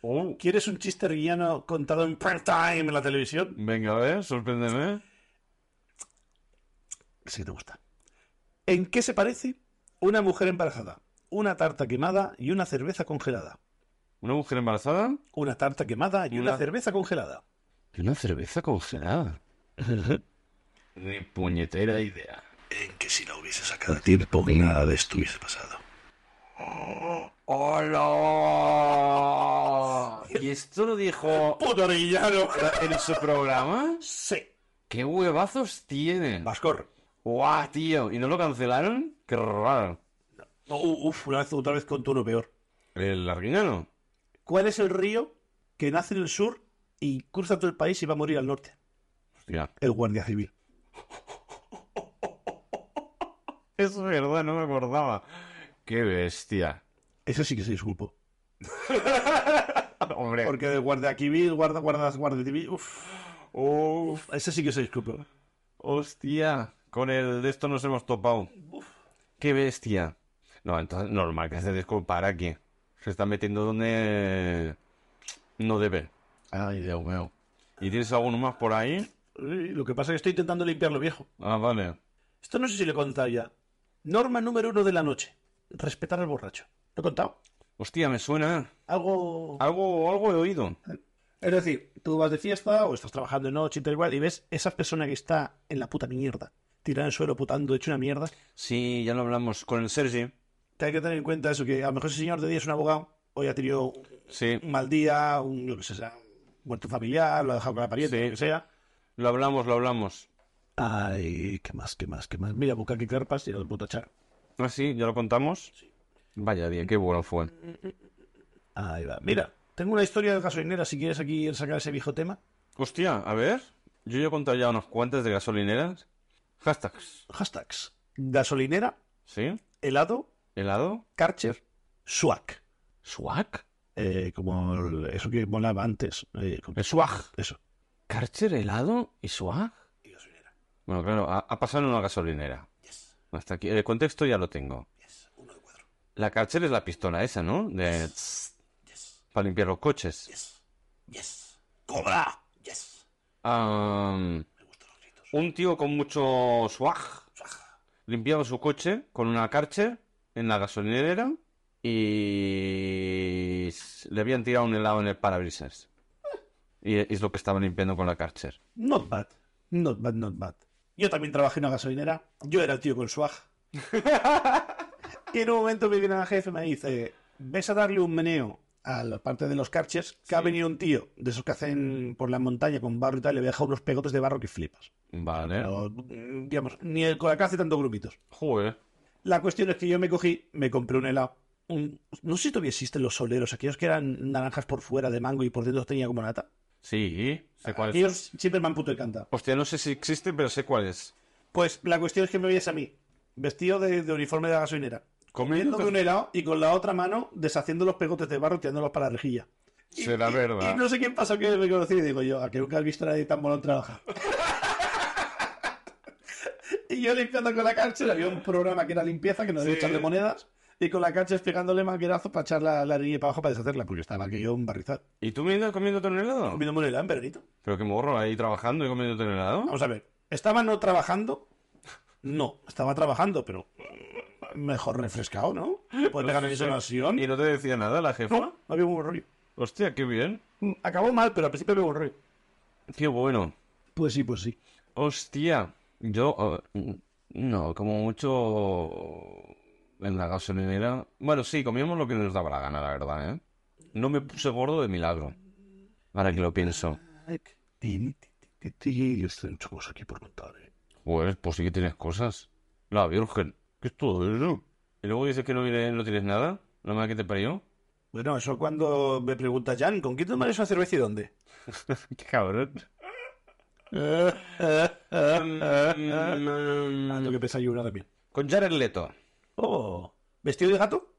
S1: Oh.
S2: ¿Quieres un chiste rillano contado en prime time en la televisión?
S1: Venga, a ver, sorpréndeme.
S2: Sí, te gusta. ¿En qué se parece una mujer embarazada? Una tarta quemada y una cerveza congelada.
S1: ¿Una mujer embarazada?
S2: Una tarta quemada y una
S1: Una-
S2: cerveza congelada.
S1: [LAUGHS] Y una cerveza congelada. De puñetera idea.
S3: en que si la hubiese sacado a tiempo, nada de esto hubiese pasado.
S1: ¡Hola! ¿Y esto lo dijo
S2: ¡Puto orillano!
S1: en su programa?
S2: Sí.
S1: ¡Qué huevazos tiene!
S2: Vascor.
S1: ¡Guau, tío! ¿Y no lo cancelaron? ¡Qué raro!
S2: No, u- uf, una vez, otra vez con uno peor.
S1: ¿El larguiñano?
S2: ¿Cuál es el río que nace en el sur y cruza todo el país y va a morir al norte?
S1: Hostia.
S2: El guardia civil.
S1: Es verdad, no me acordaba. ¡Qué bestia!
S2: Eso sí que se disculpó.
S1: [LAUGHS] Hombre.
S2: Porque el guardia civil, guarda, guardas, guardia civil. Uf,
S1: Uf,
S2: ese sí que se disculpó.
S1: hostia. Con el de esto nos hemos topado. Qué bestia. No, entonces normal que se disculpar aquí. Se está metiendo donde no debe.
S2: Ay, Dios mío.
S1: ¿Y tienes alguno más por ahí?
S2: Lo que pasa es que estoy intentando limpiar lo viejo.
S1: Ah, vale.
S2: Esto no sé si lo he contado ya. Norma número uno de la noche. Respetar al borracho. ¿Lo he contado?
S1: Hostia, me suena.
S2: Algo...
S1: Algo, algo he oído.
S2: Es decir, tú vas de fiesta o estás trabajando de noche y tal igual y ves esa persona que está en la puta mierda, tirada en el suelo, putando, hecho una mierda.
S1: Sí, ya lo hablamos con el Sergi.
S2: Hay que tener en cuenta eso, que a lo mejor ese señor de día es un abogado, hoy ha tenido
S1: Sí,
S2: un mal día, un, yo qué sé, sea, muerto familiar, lo ha dejado con la pariente,
S1: Sí.
S2: lo que sea.
S1: lo hablamos, lo hablamos.
S2: Ay, qué más, qué más, qué más. Mira, busca que carpas y lo puto echar.
S1: Ah, sí, ya lo contamos. Vaya día, qué bueno fue.
S2: Ahí va. Mira, tengo una historia de gasolinera, si quieres aquí sacar ese viejo tema.
S1: Hostia, a ver. Yo ya he contado ya unos cuantos de gasolineras. Hashtags.
S2: Hashtags. Gasolinera,
S1: ¿Sí?
S2: helado,
S1: ¿Helado?
S2: Karcher, Swag.
S1: ¿Swag?
S2: Eh, como el- eso que molaba antes. eh, con-
S1: ¿El swag?
S2: Eso.
S1: ¿Karcher helado y swag?
S2: Y gasolinera.
S1: Bueno, claro, ha, ha pasado en una gasolinera.
S2: Yes,
S1: Hasta aquí. El contexto ya lo tengo.
S2: yes. Uno de cuatro.
S1: La Karcher es la pistola esa, ¿no? De,
S2: Yes,
S1: para limpiar los coches.
S2: yes, yes. ¡Cobra! Yes. Me
S1: Am,
S2: gustan los gritos.
S1: un tío con mucho swag limpiaba su coche con una Karcher en la gasolinera y s- le habían tirado un helado en el parabrisas. Y es lo que estaban limpiando con la Karcher.
S2: Not bad. Not bad, not bad. Yo también trabajé en una gasolinera. Yo era el tío con swag. y en un momento me viene la jefe y me dice: ¿Ves a darle un meneo a la parte de los carches? Que ha venido un tío de esos que hacen por la montaña con barro y tal. y Le deja unos pegotes de barro que flipas.
S1: Vale.
S2: Pero, mm, digamos, ni el Colacá hace tantos grumitos.
S1: Joder.
S2: La cuestión es que yo me cogí, me compré un helado. un- no sé si todavía existen los soleros, aquellos que eran naranjas por fuera de mango y por dentro tenía como nata.
S1: Sí, sé cuál es.
S2: Ellos siempre me han puto encantado.
S1: Hostia, no sé si existe, pero sé cuál es.
S2: Pues la cuestión es que me veías a mí, vestido de, de uniforme de la gasolinera,
S1: Comiendo.
S2: de un helado y con la otra mano deshaciendo los pegotes de barro, tirándolos para la rejilla. Y-
S1: Será
S2: y-
S1: verdad.
S2: Y no sé quién pasó que me conocí y digo yo, a que nunca has visto a nadie tan bueno trabajar. [LAUGHS] y yo limpiando con la cárcel, había un programa que era limpieza, que no debía
S1: Sí.
S2: echarle monedas, y con la cárcel pegándole manguerazos para echar la, la niña para abajo para deshacerla, porque estaba aquello un barrizal.
S1: ¿Y tú mientras comiéndote un helado?
S2: Comiéndome un helado en veranito.
S1: Pero qué morro, ahí trabajando y comiéndote un helado.
S2: Vamos a ver, ¿estaba no trabajando? No, estaba trabajando, pero mejor refrescado, ¿no? Pues pegar una insolación.
S1: Y no te decía nada la jefa.
S2: No, no había un buen rollo.
S1: Hostia, qué bien.
S2: Mm, Acabó mal, pero al principio había un buen rollo.
S1: Qué bueno.
S2: Pues sí, pues sí.
S1: Hostia, yo eh, no, como mucho en la gasolinera. Bueno, sí, comíamos lo que nos daba la gana, la verdad, ¿eh? No me puse gordo de milagro. Ahora que lo pienso.
S2: Yo tengo muchas cosas aquí por contar, ¿eh?
S1: Pues, pues sí que tienes cosas. La Virgen, ¿qué es todo eso? Y luego dices que no, viene- no tienes nada, la madre que te parió. [LAUGHS]
S2: Bueno, eso cuando me pregunta Jan, ¿con quién tomaré esa cerveza y dónde?
S1: Qué cabrón.
S2: Mm. Lo que pensaba yo una también.
S1: Con Jared Leto.
S2: Oh, ¿vestido de gato?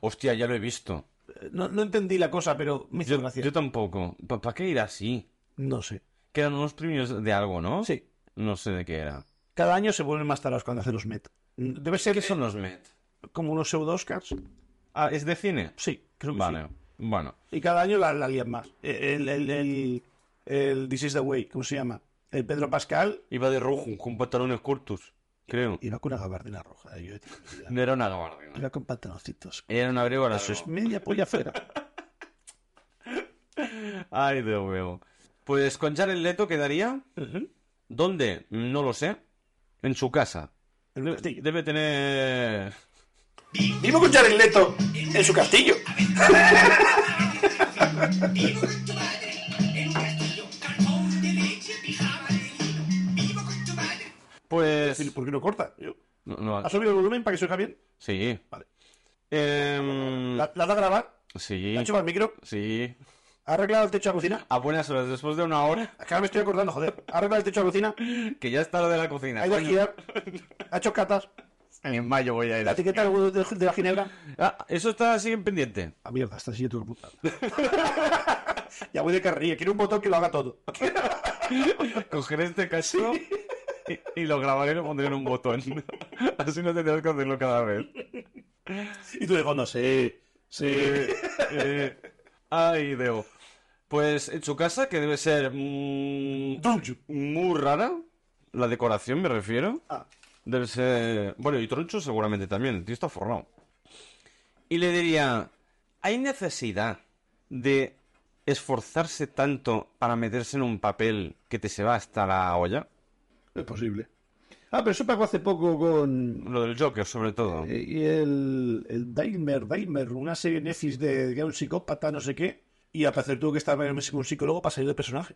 S1: Hostia, ya lo he visto.
S2: Eh, No, no entendí la cosa, pero me hizo
S1: Yo,
S2: gracia.
S1: yo tampoco. ¿Pa- ¿Para qué ir así?
S2: No sé.
S1: Que eran unos premios de algo, ¿no?
S2: Sí.
S1: No sé de qué era.
S2: Cada año se vuelven más tarados cuando hacen los Met. Mm, Debe ser
S1: ¿Qué son los Met?
S2: como unos pseudo Oscars.
S1: Ah, ¿es de cine?
S2: Sí, creo que
S1: Vale. Bueno,
S2: sí. Y cada año la, la lían más. Eh, El, el, el, el This is the Way, ¿cómo se llama? El Pedro Pascal
S1: iba de rojo, con pantalones cortos, creo.
S2: iba con una gabardina roja. eh, Yo tenía mi vida.
S1: No era una gabardina.
S2: iba con pantaloncitos.
S1: Era un abrigo a
S2: Eso es media polla fera.
S1: Ay, Dios mío. Pues con Jared Leto quedaría. ¿Dónde? No lo sé. En su casa.
S2: El Blue Castillo.
S1: Debe tener.
S2: Vivo con Jared Leto en su castillo.
S4: Vivo con tu madre en un castillo, carbón de leche, pijama de lino. Vivo con tu madre.
S1: Pues.
S2: ¿Por qué no corta?
S1: No, no-
S2: ¿Ha subido el volumen para que se oiga bien?
S1: Sí.
S2: Vale.
S1: Em,
S2: ¿La, la da a grabar?
S1: Sí.
S2: ¿La ha hecho para el micro?
S1: Sí.
S2: ¿Ha arreglado el techo de la cocina?
S1: A buenas horas, después de una hora, [LAUGHS]
S2: Acá me estoy acordando, joder. ¿Ha arreglado el techo de la cocina?
S1: que ya está lo de la cocina.
S2: ¿Ha ido a
S1: coño.
S2: girar? ¿Ha hecho catas?
S1: En mayo voy a ir.
S2: ¿La
S1: a-
S2: etiqueta de, de- de la ginebra?
S1: Ah, eso está así en pendiente.
S2: A Ah, mierda, está así de tu puta. [LAUGHS] ya voy de carrilla. Quiero un botón que lo haga todo.
S1: Cogeré este caso y, y lo grabaré y lo pondré en un botón. Así no tendrás que hacerlo cada vez.
S2: Y tú de fondo, sí, sí.
S1: Eh, eh, ay, Deo. Pues en su casa, que debe ser mm,
S2: Truncho.
S1: muy rara, la decoración me refiero.
S2: Ah,
S1: Debe ser. Bueno, y Troncho seguramente también, el tío está forrado. Y le diría: ¿hay necesidad de esforzarse tanto para meterse en un papel que te se va hasta la olla?
S5: Es posible. Ah, pero eso pagó hace poco con.
S1: Lo del Joker, sobre todo.
S5: eh, y el, el Daimer, Daimer,
S2: una serie Netflix de, de un psicópata, no sé qué. Y al parecer tuvo que estar con un psicólogo para salir del personaje.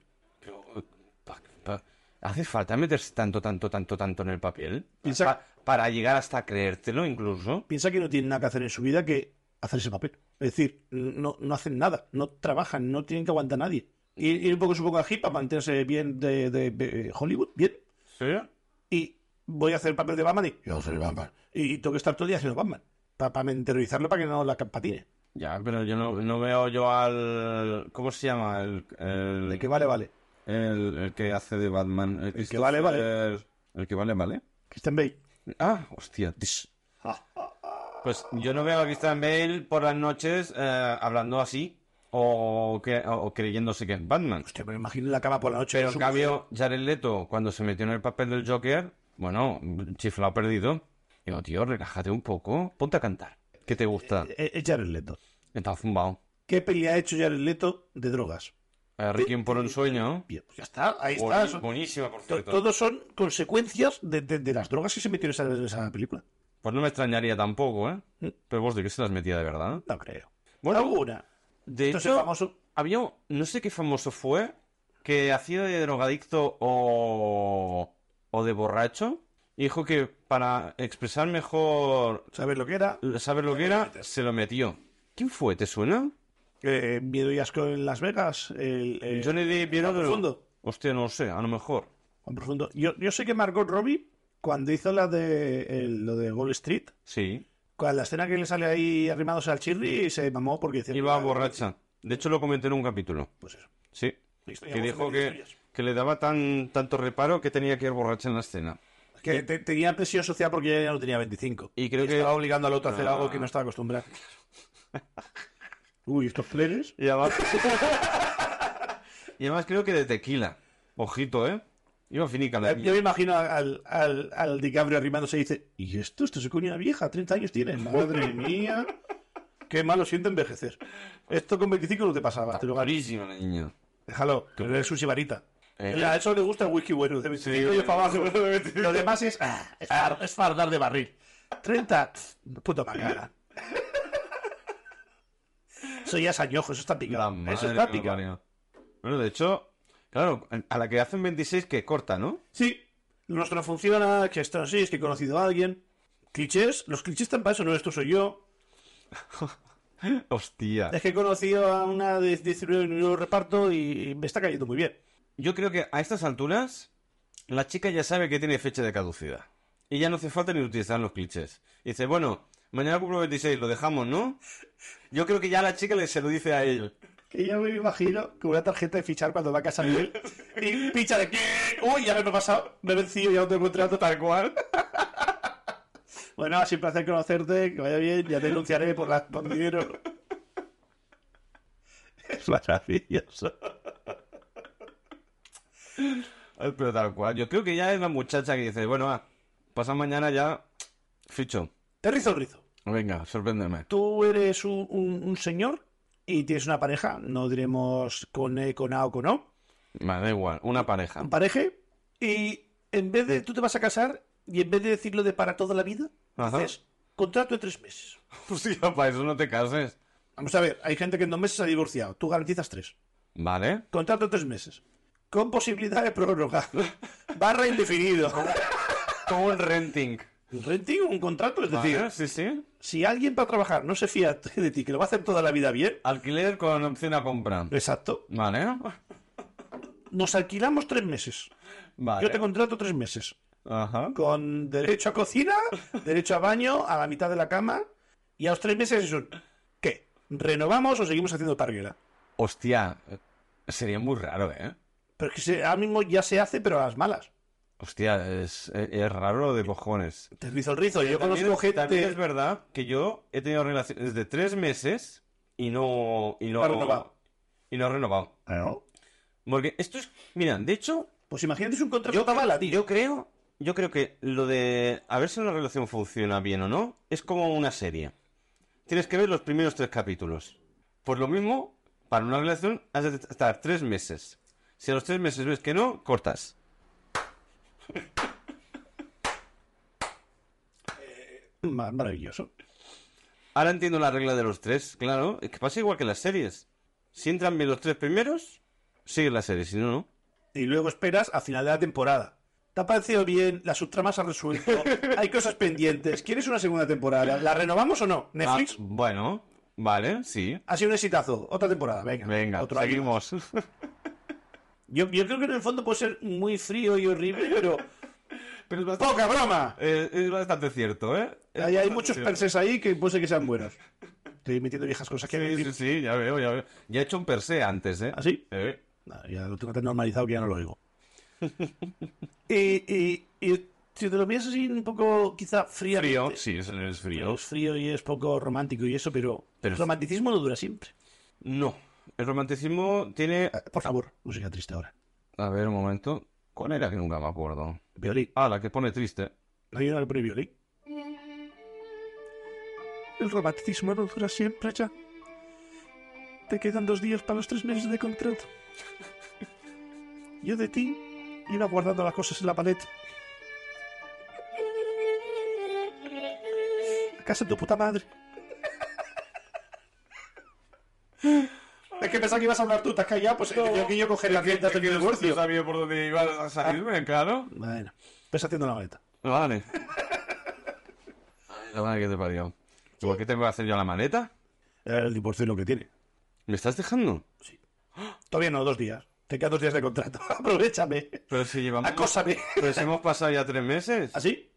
S1: oh, Pa- pa- ¿Hace falta meterse tanto, tanto, tanto, tanto en el papel?
S2: Piensa-
S1: Pa- para llegar hasta creértelo, incluso.
S2: Piensa que no tienen nada que hacer en su vida que hacer ese papel. Es decir, no, no hacen nada, no trabajan, no tienen que aguantar a nadie. Ir, ir un poco su poco al hip para mantenerse bien de, de- de eh, Hollywood, bien.
S1: ¿Sí?
S2: Y voy a hacer el papel de Batman y yo soy Batman. Y tengo que estar todo el día haciendo Batman. Para, para mentorizarlo para que no la campatine.
S1: Ya, pero yo no, no veo yo al. ¿Cómo se llama? El, el-
S2: De que vale, vale.
S1: El, el que hace de Batman. El, Christopher-
S2: vale, vale.
S1: El, el que vale, vale.
S2: Christian Bale.
S1: Ah, hostia. dis. Pues yo no veo a Christian Bale por las noches eh, hablando así o, que, o creyéndose que es Batman.
S2: Hostia, me lo imagino en la cama por la noche.
S1: Pero en
S2: Su-
S1: cambio, Jared Leto, cuando se metió en el papel del Joker, bueno, chiflado perdido. Digo, tío, relájate un poco, ponte a cantar. ¿Qué te gusta?
S2: Eh, eh, Jared Leto.
S1: Está zumbado.
S2: ¿Qué peli ha hecho Jared Leto de drogas?
S1: Eh, Requiem por un sueño.
S2: Bien, pues ya está, ahí
S1: Boni-
S2: está. son-
S1: Buenísima, por
S2: to-
S1: cierto.
S2: todos son consecuencias de, de- de las drogas que se metieron en esa, en esa película.
S1: Pues no me extrañaría tampoco, ¿eh?
S2: Mm.
S1: Pero vos de qué se las metía de verdad.
S2: No creo.
S1: Bueno,
S2: Alguna.
S1: De
S2: Entonces,
S1: hecho,
S2: famoso.
S1: había, un- no sé qué famoso fue, que hacía de drogadicto o, o de borracho. y Dijo que para expresar mejor
S2: ¿Sabes lo que era?
S1: saber lo que era, se lo metió. ¿Quién fue? ¿Te suena?
S2: Eh, miedo y asco en Las Vegas. El, el-
S1: Johnny Depp y el
S2: Juan
S1: otro.
S2: Profundo.
S1: Hostia, no lo sé, a lo mejor.
S2: Juan Profundo. Yo, yo sé que Margot Robbie, cuando hizo la de, el- lo de Wall Street,
S1: Sí.
S2: con la escena que le sale ahí arrimados al chirri, se mamó porque decía.
S1: Iba
S2: eh,
S1: borracha. De hecho, lo comenté en un capítulo.
S2: Pues eso.
S1: Sí.
S2: Listo, ya
S1: Que
S2: vamos a
S1: dijo
S2: hacer
S1: que,
S2: historias.
S1: que le daba tan, tanto reparo que tenía que ir borracha en la escena.
S2: Que te- tenía presión social porque ya no tenía 25.
S1: Y creo que.
S2: estaba obligando al otro a hacer
S1: Ah.
S2: algo que no estaba acostumbrado. Uy, estos players.
S1: Y además...
S2: [LAUGHS]
S1: y además creo que de tequila. Ojito, ¿eh? Iba finica la...
S2: Yo me imagino al, al, al DiCaprio arrimándose y dice: ¿Y esto? Esto es coña vieja, 30 años tiene. Madre mía. Qué malo siento envejecer. Esto con 25 no te pasaba. Te lo gané.
S1: Carísima la niña.
S2: Déjalo, que eres un sibarita.
S1: Eh.
S2: Él A eso le gusta el whisky bueno. [LAUGHS] De 25 y para abajo. Lo demás es, ah, es, far- es fardar de barril. 30, pff, puto macana. Eso ya es añojo, eso está picado.
S1: La
S2: eso
S1: madre
S2: está
S1: que me
S2: picado.
S1: parió. Bueno, de hecho, claro, a la que hacen 26 que corta, ¿no?
S2: Sí, lo nuestro no funciona, que esto sí, es que he conocido a alguien. Clichés, los clichés están para eso, no esto soy yo.
S1: Hostia.
S2: Es que he conocido a una de 19 en un reparto y me está cayendo muy bien.
S1: Yo creo que a estas alturas la chica ya sabe que tiene fecha de caducidad. Y ya no hace falta ni utilizar los clichés. Y dice, bueno, mañana cumplo 26, lo dejamos, ¿no? Yo creo que ya la chica le se lo dice a él.
S2: Que ya me imagino que una tarjeta de fichar cuando va a casa de él y ficha de que, uy, ya me lo he pasado, me he vencido, ya no tengo contrato tal cual. [LAUGHS] Bueno, ha sido un placer conocerte, que vaya bien, ya te denunciaré por, la, por dinero. Es maravilloso.
S1: Ay, Pero tal cual. Yo creo que ya es la muchacha que dice, bueno, va, pasa mañana ya ficho.
S2: Te rizo el rizo.
S1: Venga, sorpréndeme.
S2: tú eres un, un- un señor y tienes una pareja, no diremos con E, con A o con O, [LAUGHS]
S1: Me da igual, una pareja.
S2: un pareje, y en vez de tú te vas a casar y en vez de decirlo de para toda la vida,
S1: Ajá.
S2: dices contrato de tres meses.
S1: Hostia, para Pues eso no te cases.
S2: Vamos a ver, hay gente que en dos meses se ha divorciado. Tú garantizas tres.
S1: Vale.
S2: Contrato de tres meses. Con posibilidad de
S1: [LAUGHS]
S2: prórroga. Barra indefinido.
S1: Como el renting.
S2: Renting un contrato, es decir,
S1: Vale, sí, sí.
S2: si alguien para trabajar no se fía de ti, que lo va a hacer toda la vida bien,
S1: Alquiler con opción a compra.
S2: Eh, exacto,
S1: Vale.
S2: nos alquilamos tres meses.
S1: Vale.
S2: Yo te contrato tres meses.
S1: Ajá.
S2: Con derecho a
S1: [LAUGHS]
S2: cocina, derecho a baño, a la mitad de la cama, y a los tres meses es un... ¿Qué? ¿Renovamos o seguimos haciendo parguela?
S1: Hostia, sería muy raro, ¿eh?
S2: Pero es que se- ahora mismo ya se hace, pero a las malas.
S1: Hostia, es, es- es raro de cojones.
S2: Te rizo el rizo. Yo
S1: También
S2: conozco
S1: es- también
S2: gente...
S1: es verdad que yo he tenido relaciones de tres meses y no. Y no
S2: Ha renovado.
S1: Y no he renovado. Porque esto es. Mira, de hecho,
S2: Pues imagínate un contrato
S1: yo,
S2: de bala, tío.
S1: yo creo. Yo creo que lo de. A ver si una relación funciona bien o no. Es como una serie. Tienes que ver los primeros tres capítulos. Pues lo mismo, para una relación has de estar tres meses. Si a los tres meses ves que no, cortas.
S2: Ma- Maravilloso.
S1: Ahora entiendo la regla de los tres, claro. Es que pasa igual que en las series. Si entran bien los tres primeros, sigue la serie, si no, no.
S2: Y luego esperas a final de la temporada. ¿Te ha parecido bien? ¿La subtrama se ha
S1: [LAUGHS]
S2: resuelto? ¿Hay cosas pendientes? ¿Quieres una segunda temporada? ¿La renovamos o no?
S1: Ah,
S2: ¿Netflix?
S1: bueno, vale, sí.
S2: Ha sido un exitazo. Otra temporada, venga.
S1: Venga,
S2: Otro año.
S1: seguimos.
S2: Yo, yo creo que en el fondo puede ser muy frío y horrible, pero...
S1: [LAUGHS]
S2: [LAUGHS]
S1: Pero [LAUGHS] es bastante,
S2: ¡Poca broma!
S1: eh, es bastante cierto, ¿eh? Es
S2: Hay, hay
S1: bastante
S2: muchos
S1: cierto.
S2: perses ahí que puede ser que sean buenos. Estoy metiendo viejas cosas que...
S1: Sí, sí, sí, ya veo, ya veo. Ya he hecho un per se antes, ¿eh?
S2: ¿Ah, sí?
S1: Eh,
S2: Nada, ya lo tengo tan normalizado que ya no lo oigo. [LAUGHS] y, y- y si te lo piensas así un poco quizá fría.
S1: Frío, sí, eso es
S2: Pero
S1: frío.
S2: es frío y es poco romántico y eso, pero,
S1: Pues Pero
S2: el
S1: es-
S2: romanticismo no dura siempre.
S1: No, el romanticismo tiene...
S2: Por favor, música triste ahora.
S1: A ver, un momento. ¿Cuál era que nunca me acuerdo?
S2: Violín.
S1: Ah, la que pone triste.
S2: No hay una que pone violín. El romanticismo no dura siempre ya. Te quedan dos días para los tres meses de contrato. Yo de ti iba guardando las cosas en la paleta. A casa de tu puta madre. Es que pensaba que ibas a hablar tú, te has callado, pues yo que yo coger las riendas del divorcio.
S1: Pues sabía por dónde iba a salirme, claro.
S2: Bueno, pues haciendo la maleta.
S1: Ah, Vale. [LAUGHS] La madre que te parió. ¿Por qué tengo que hacer yo la maleta?
S2: El divorcio es lo que tiene.
S1: ¿Me estás dejando?
S2: Todavía no, dos días. Te quedan dos días de contrato. [LAUGHS] Aprovechame.
S1: Pero si llevamos...
S2: Acósame.
S1: Pero si hemos pasado ya tres meses.
S2: ¿Así?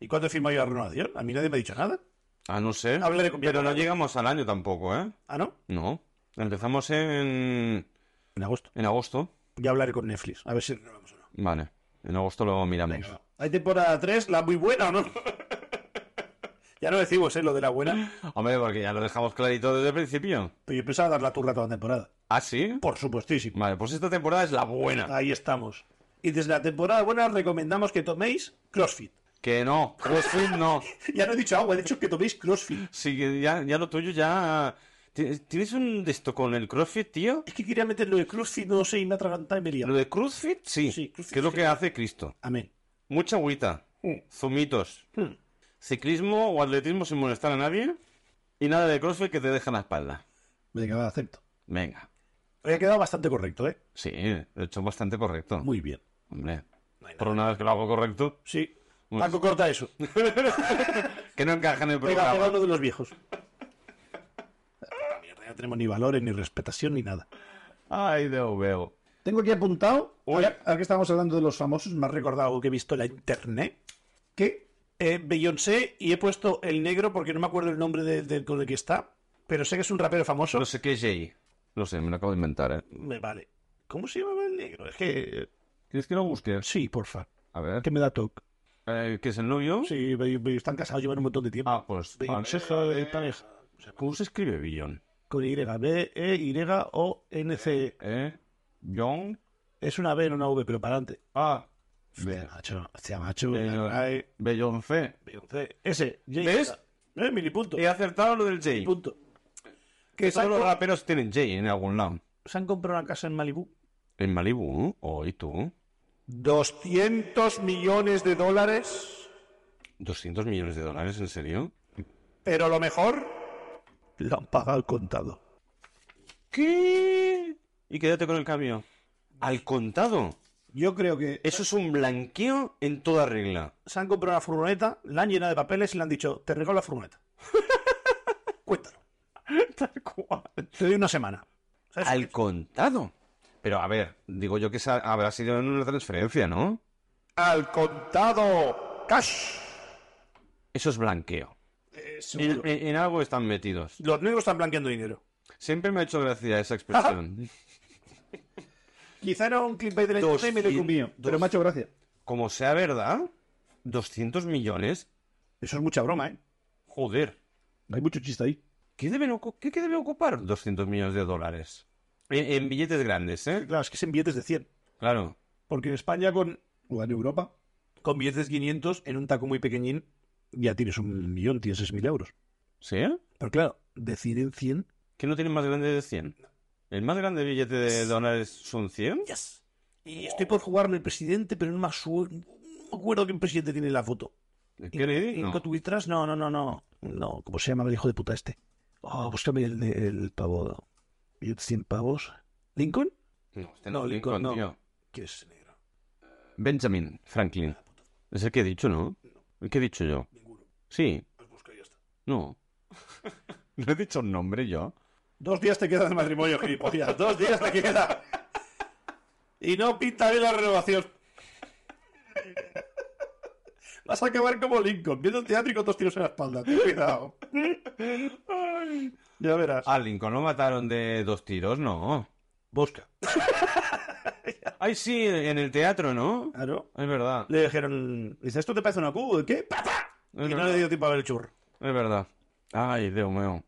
S2: ¿Y cuándo he firmado yo la renovación? A mí nadie me ha dicho nada.
S1: Ah, no sé.
S2: Hablaré con mi
S1: Pero no
S2: abogado.
S1: llegamos al año tampoco, ¿eh?
S2: ¿Ah, no?
S1: No. Empezamos en...
S2: En agosto.
S1: En agosto.
S2: Ya hablaré con Netflix. A ver si renovamos o no.
S1: Vale. En agosto lo miramos.
S2: Venga, va. ¿Hay temporada 3? ¿La muy buena o no? [LAUGHS] ya no decimos, ¿eh? Lo de la buena.
S1: Hombre, porque ya lo dejamos clarito desde el principio.
S2: Pero yo pensaba dar la turra toda la temporada.
S1: ¿Ah, sí?
S2: Por supuestísimo.
S1: Vale, pues esta temporada es la buena.
S2: Ahí estamos. Y desde la temporada buena recomendamos que toméis CrossFit.
S1: Que no. CrossFit Pues no.
S2: Ya no he dicho agua, he dicho que toméis CrossFit.
S1: Sí, que ya, ya lo tuyo ya... Ti- ¿Tienes un de esto con el CrossFit, tío?
S2: Es que quería meter lo de CrossFit, no sé, y me ha atragantado y me he liado.
S1: Lo de CrossFit, sí.
S2: Sí, CrossFit
S1: que es lo
S2: sí. Mm.
S1: que hace Cristo.
S2: Amén.
S1: Mucha agüita, zumitos,
S2: Mm.
S1: ciclismo o atletismo sin molestar a nadie y nada de CrossFit que te deja en la espalda.
S2: Venga, va, acepto.
S1: Venga.
S2: Hoy ha quedado bastante correcto, ¿eh?
S1: Sí, lo he hecho bastante correcto.
S2: Muy bien.
S1: Hombre,
S2: No hay nada.
S1: por una vez que lo hago correcto,
S2: Sí.
S1: Muy
S2: Paco, corta eso.
S1: que no encaja en el
S2: Venga, pega
S1: programa.
S2: uno de los viejos. Ah, Mierda, ya no tenemos ni valores, ni respetación, ni nada.
S1: Ay, Dios veo.
S5: Tengo aquí apuntado,
S1: Uy.
S5: ahora ahora que estamos hablando de los famosos,
S2: Me has recordado algo que he visto en la internet. Que eh, Beyoncé, y he puesto el negro porque no me acuerdo el nombre de- del con el que está, pero sé que es un rapero famoso.
S1: No sé qué es Jay. No sé, me lo acabo de inventar, ¿eh?
S2: Me vale. ¿Cómo se llamaba el negro? Es que.
S1: ¿Quieres que lo busques?
S2: Sí, porfa.
S1: A ver.
S2: Que me da toque.
S1: Eh, ¿Qué es el novio?
S2: Sí, Bey- Bey- están casados, llevan un montón de tiempo.
S1: Ah, pues.
S2: Beyoncé,
S1: vale.
S2: de eh, pareja.
S1: ¿Cómo se escribe Billon?
S2: Con Y, B, E, Y, O, N, C. E.
S1: ¿Eh? ¿John?
S2: Es una B, no una V, pero para adelante.
S1: Ah.
S2: Hostia, macho. Hostia, macho.
S1: Eh,
S2: Ay,
S1: Beyoncé.
S2: Beyoncé. Ese. Jay.
S1: ¿Ves?
S2: Eh, mini punto.
S1: He acertado lo del Jay.
S2: punto.
S1: Que
S2: Que se han,
S1: todos los
S2: co-
S1: raperos tienen Jay en algún lado.
S2: se han comprado una casa en Malibu.
S1: En Malibu, ¿eh? ¿y tú?
S2: 200 millones de dólares
S1: ¿200 millones de dólares? ¿En serio?
S2: Pero lo mejor. Lo han pagado al contado.
S1: ¿Qué? Y quédate con el cambio. Al contado.
S5: Yo creo que.
S1: Eso es un blanqueo en toda regla.
S2: Se han comprado una furgoneta, la han llenado de papeles y le han dicho, te regalo la [LAUGHS] furgoneta. Cuéntalo.
S1: Tal cual.
S2: Te doy una semana. ¿Sabes?
S1: Al contado. Pero a ver, digo yo que esa habrá sido en una transferencia, ¿no?
S2: Al contado. Cash.
S1: Eso es blanqueo. En, en- en algo están metidos.
S2: Los negros están blanqueando dinero.
S1: Siempre me ha hecho gracia
S2: [LAUGHS]
S1: esa expresión.
S2: Quizá era un clickbait del
S1: Dos-
S2: Entertainment
S5: Me lo he comido, Pero macho, gracias.
S1: Como sea verdad, 200 millones.
S2: Eso es mucha broma, ¿eh?
S1: Joder.
S5: Hay mucho chiste ahí.
S1: ¿Qué deben, ocu- qué- qué debe ocupar 200 millones de dólares? En, en billetes grandes, ¿eh?
S2: Claro, es que es en billetes de 100.
S1: Claro.
S2: Porque en España con,
S5: O en Europa.
S2: con billetes de 500 en un taco muy pequeñín ya tienes un millón, tienes 6.000 euros.
S1: ¿Sí?
S2: Pero claro, de 100 en 100...
S1: ¿Que no tienen más grande de 100? ¿El más grande billete de dólares son 100?
S2: Yes. Y estoy por jugarme el presidente, pero no me, asu- no me acuerdo quién presidente tiene la foto.
S1: ¿Kennedy?
S2: ¿En
S1: No.
S2: Cotubitras? No, no, no, no. No, ¿cómo se llama el hijo de puta este? Oh, búscame el, de- el pavo. ¿Billete 100 pavos? ¿Lincoln?
S1: No, este
S2: No,
S1: no,
S2: Lincoln,
S1: Lincoln,
S2: no.
S1: tío.
S2: ¿Quién es ese negro?
S1: Benjamin Franklin. Es el que he dicho, ¿no? ¿El que he dicho yo? Sí.
S2: Pues
S1: No. [LAUGHS] ¿No he dicho un nombre yo?
S2: Dos días te quedan de matrimonio, gilipollas. Dos días te quedan. Y no pinta bien la renovación. Vas a acabar como Lincoln, viendo el teatro y con dos tiros en la espalda. Ten cuidado. Ya verás.
S1: A Lincoln lo mataron de dos tiros, no.
S2: [LAUGHS] Busca.
S1: Ay, sí, en el teatro, ¿no?
S2: Claro.
S1: Es verdad.
S2: Le dijeron, dice, ¿esto te parece una Q? ¿Qué? ¡Papá! Y no le dio tiempo a ver el churro.
S1: Es verdad. Ay, Dios mío.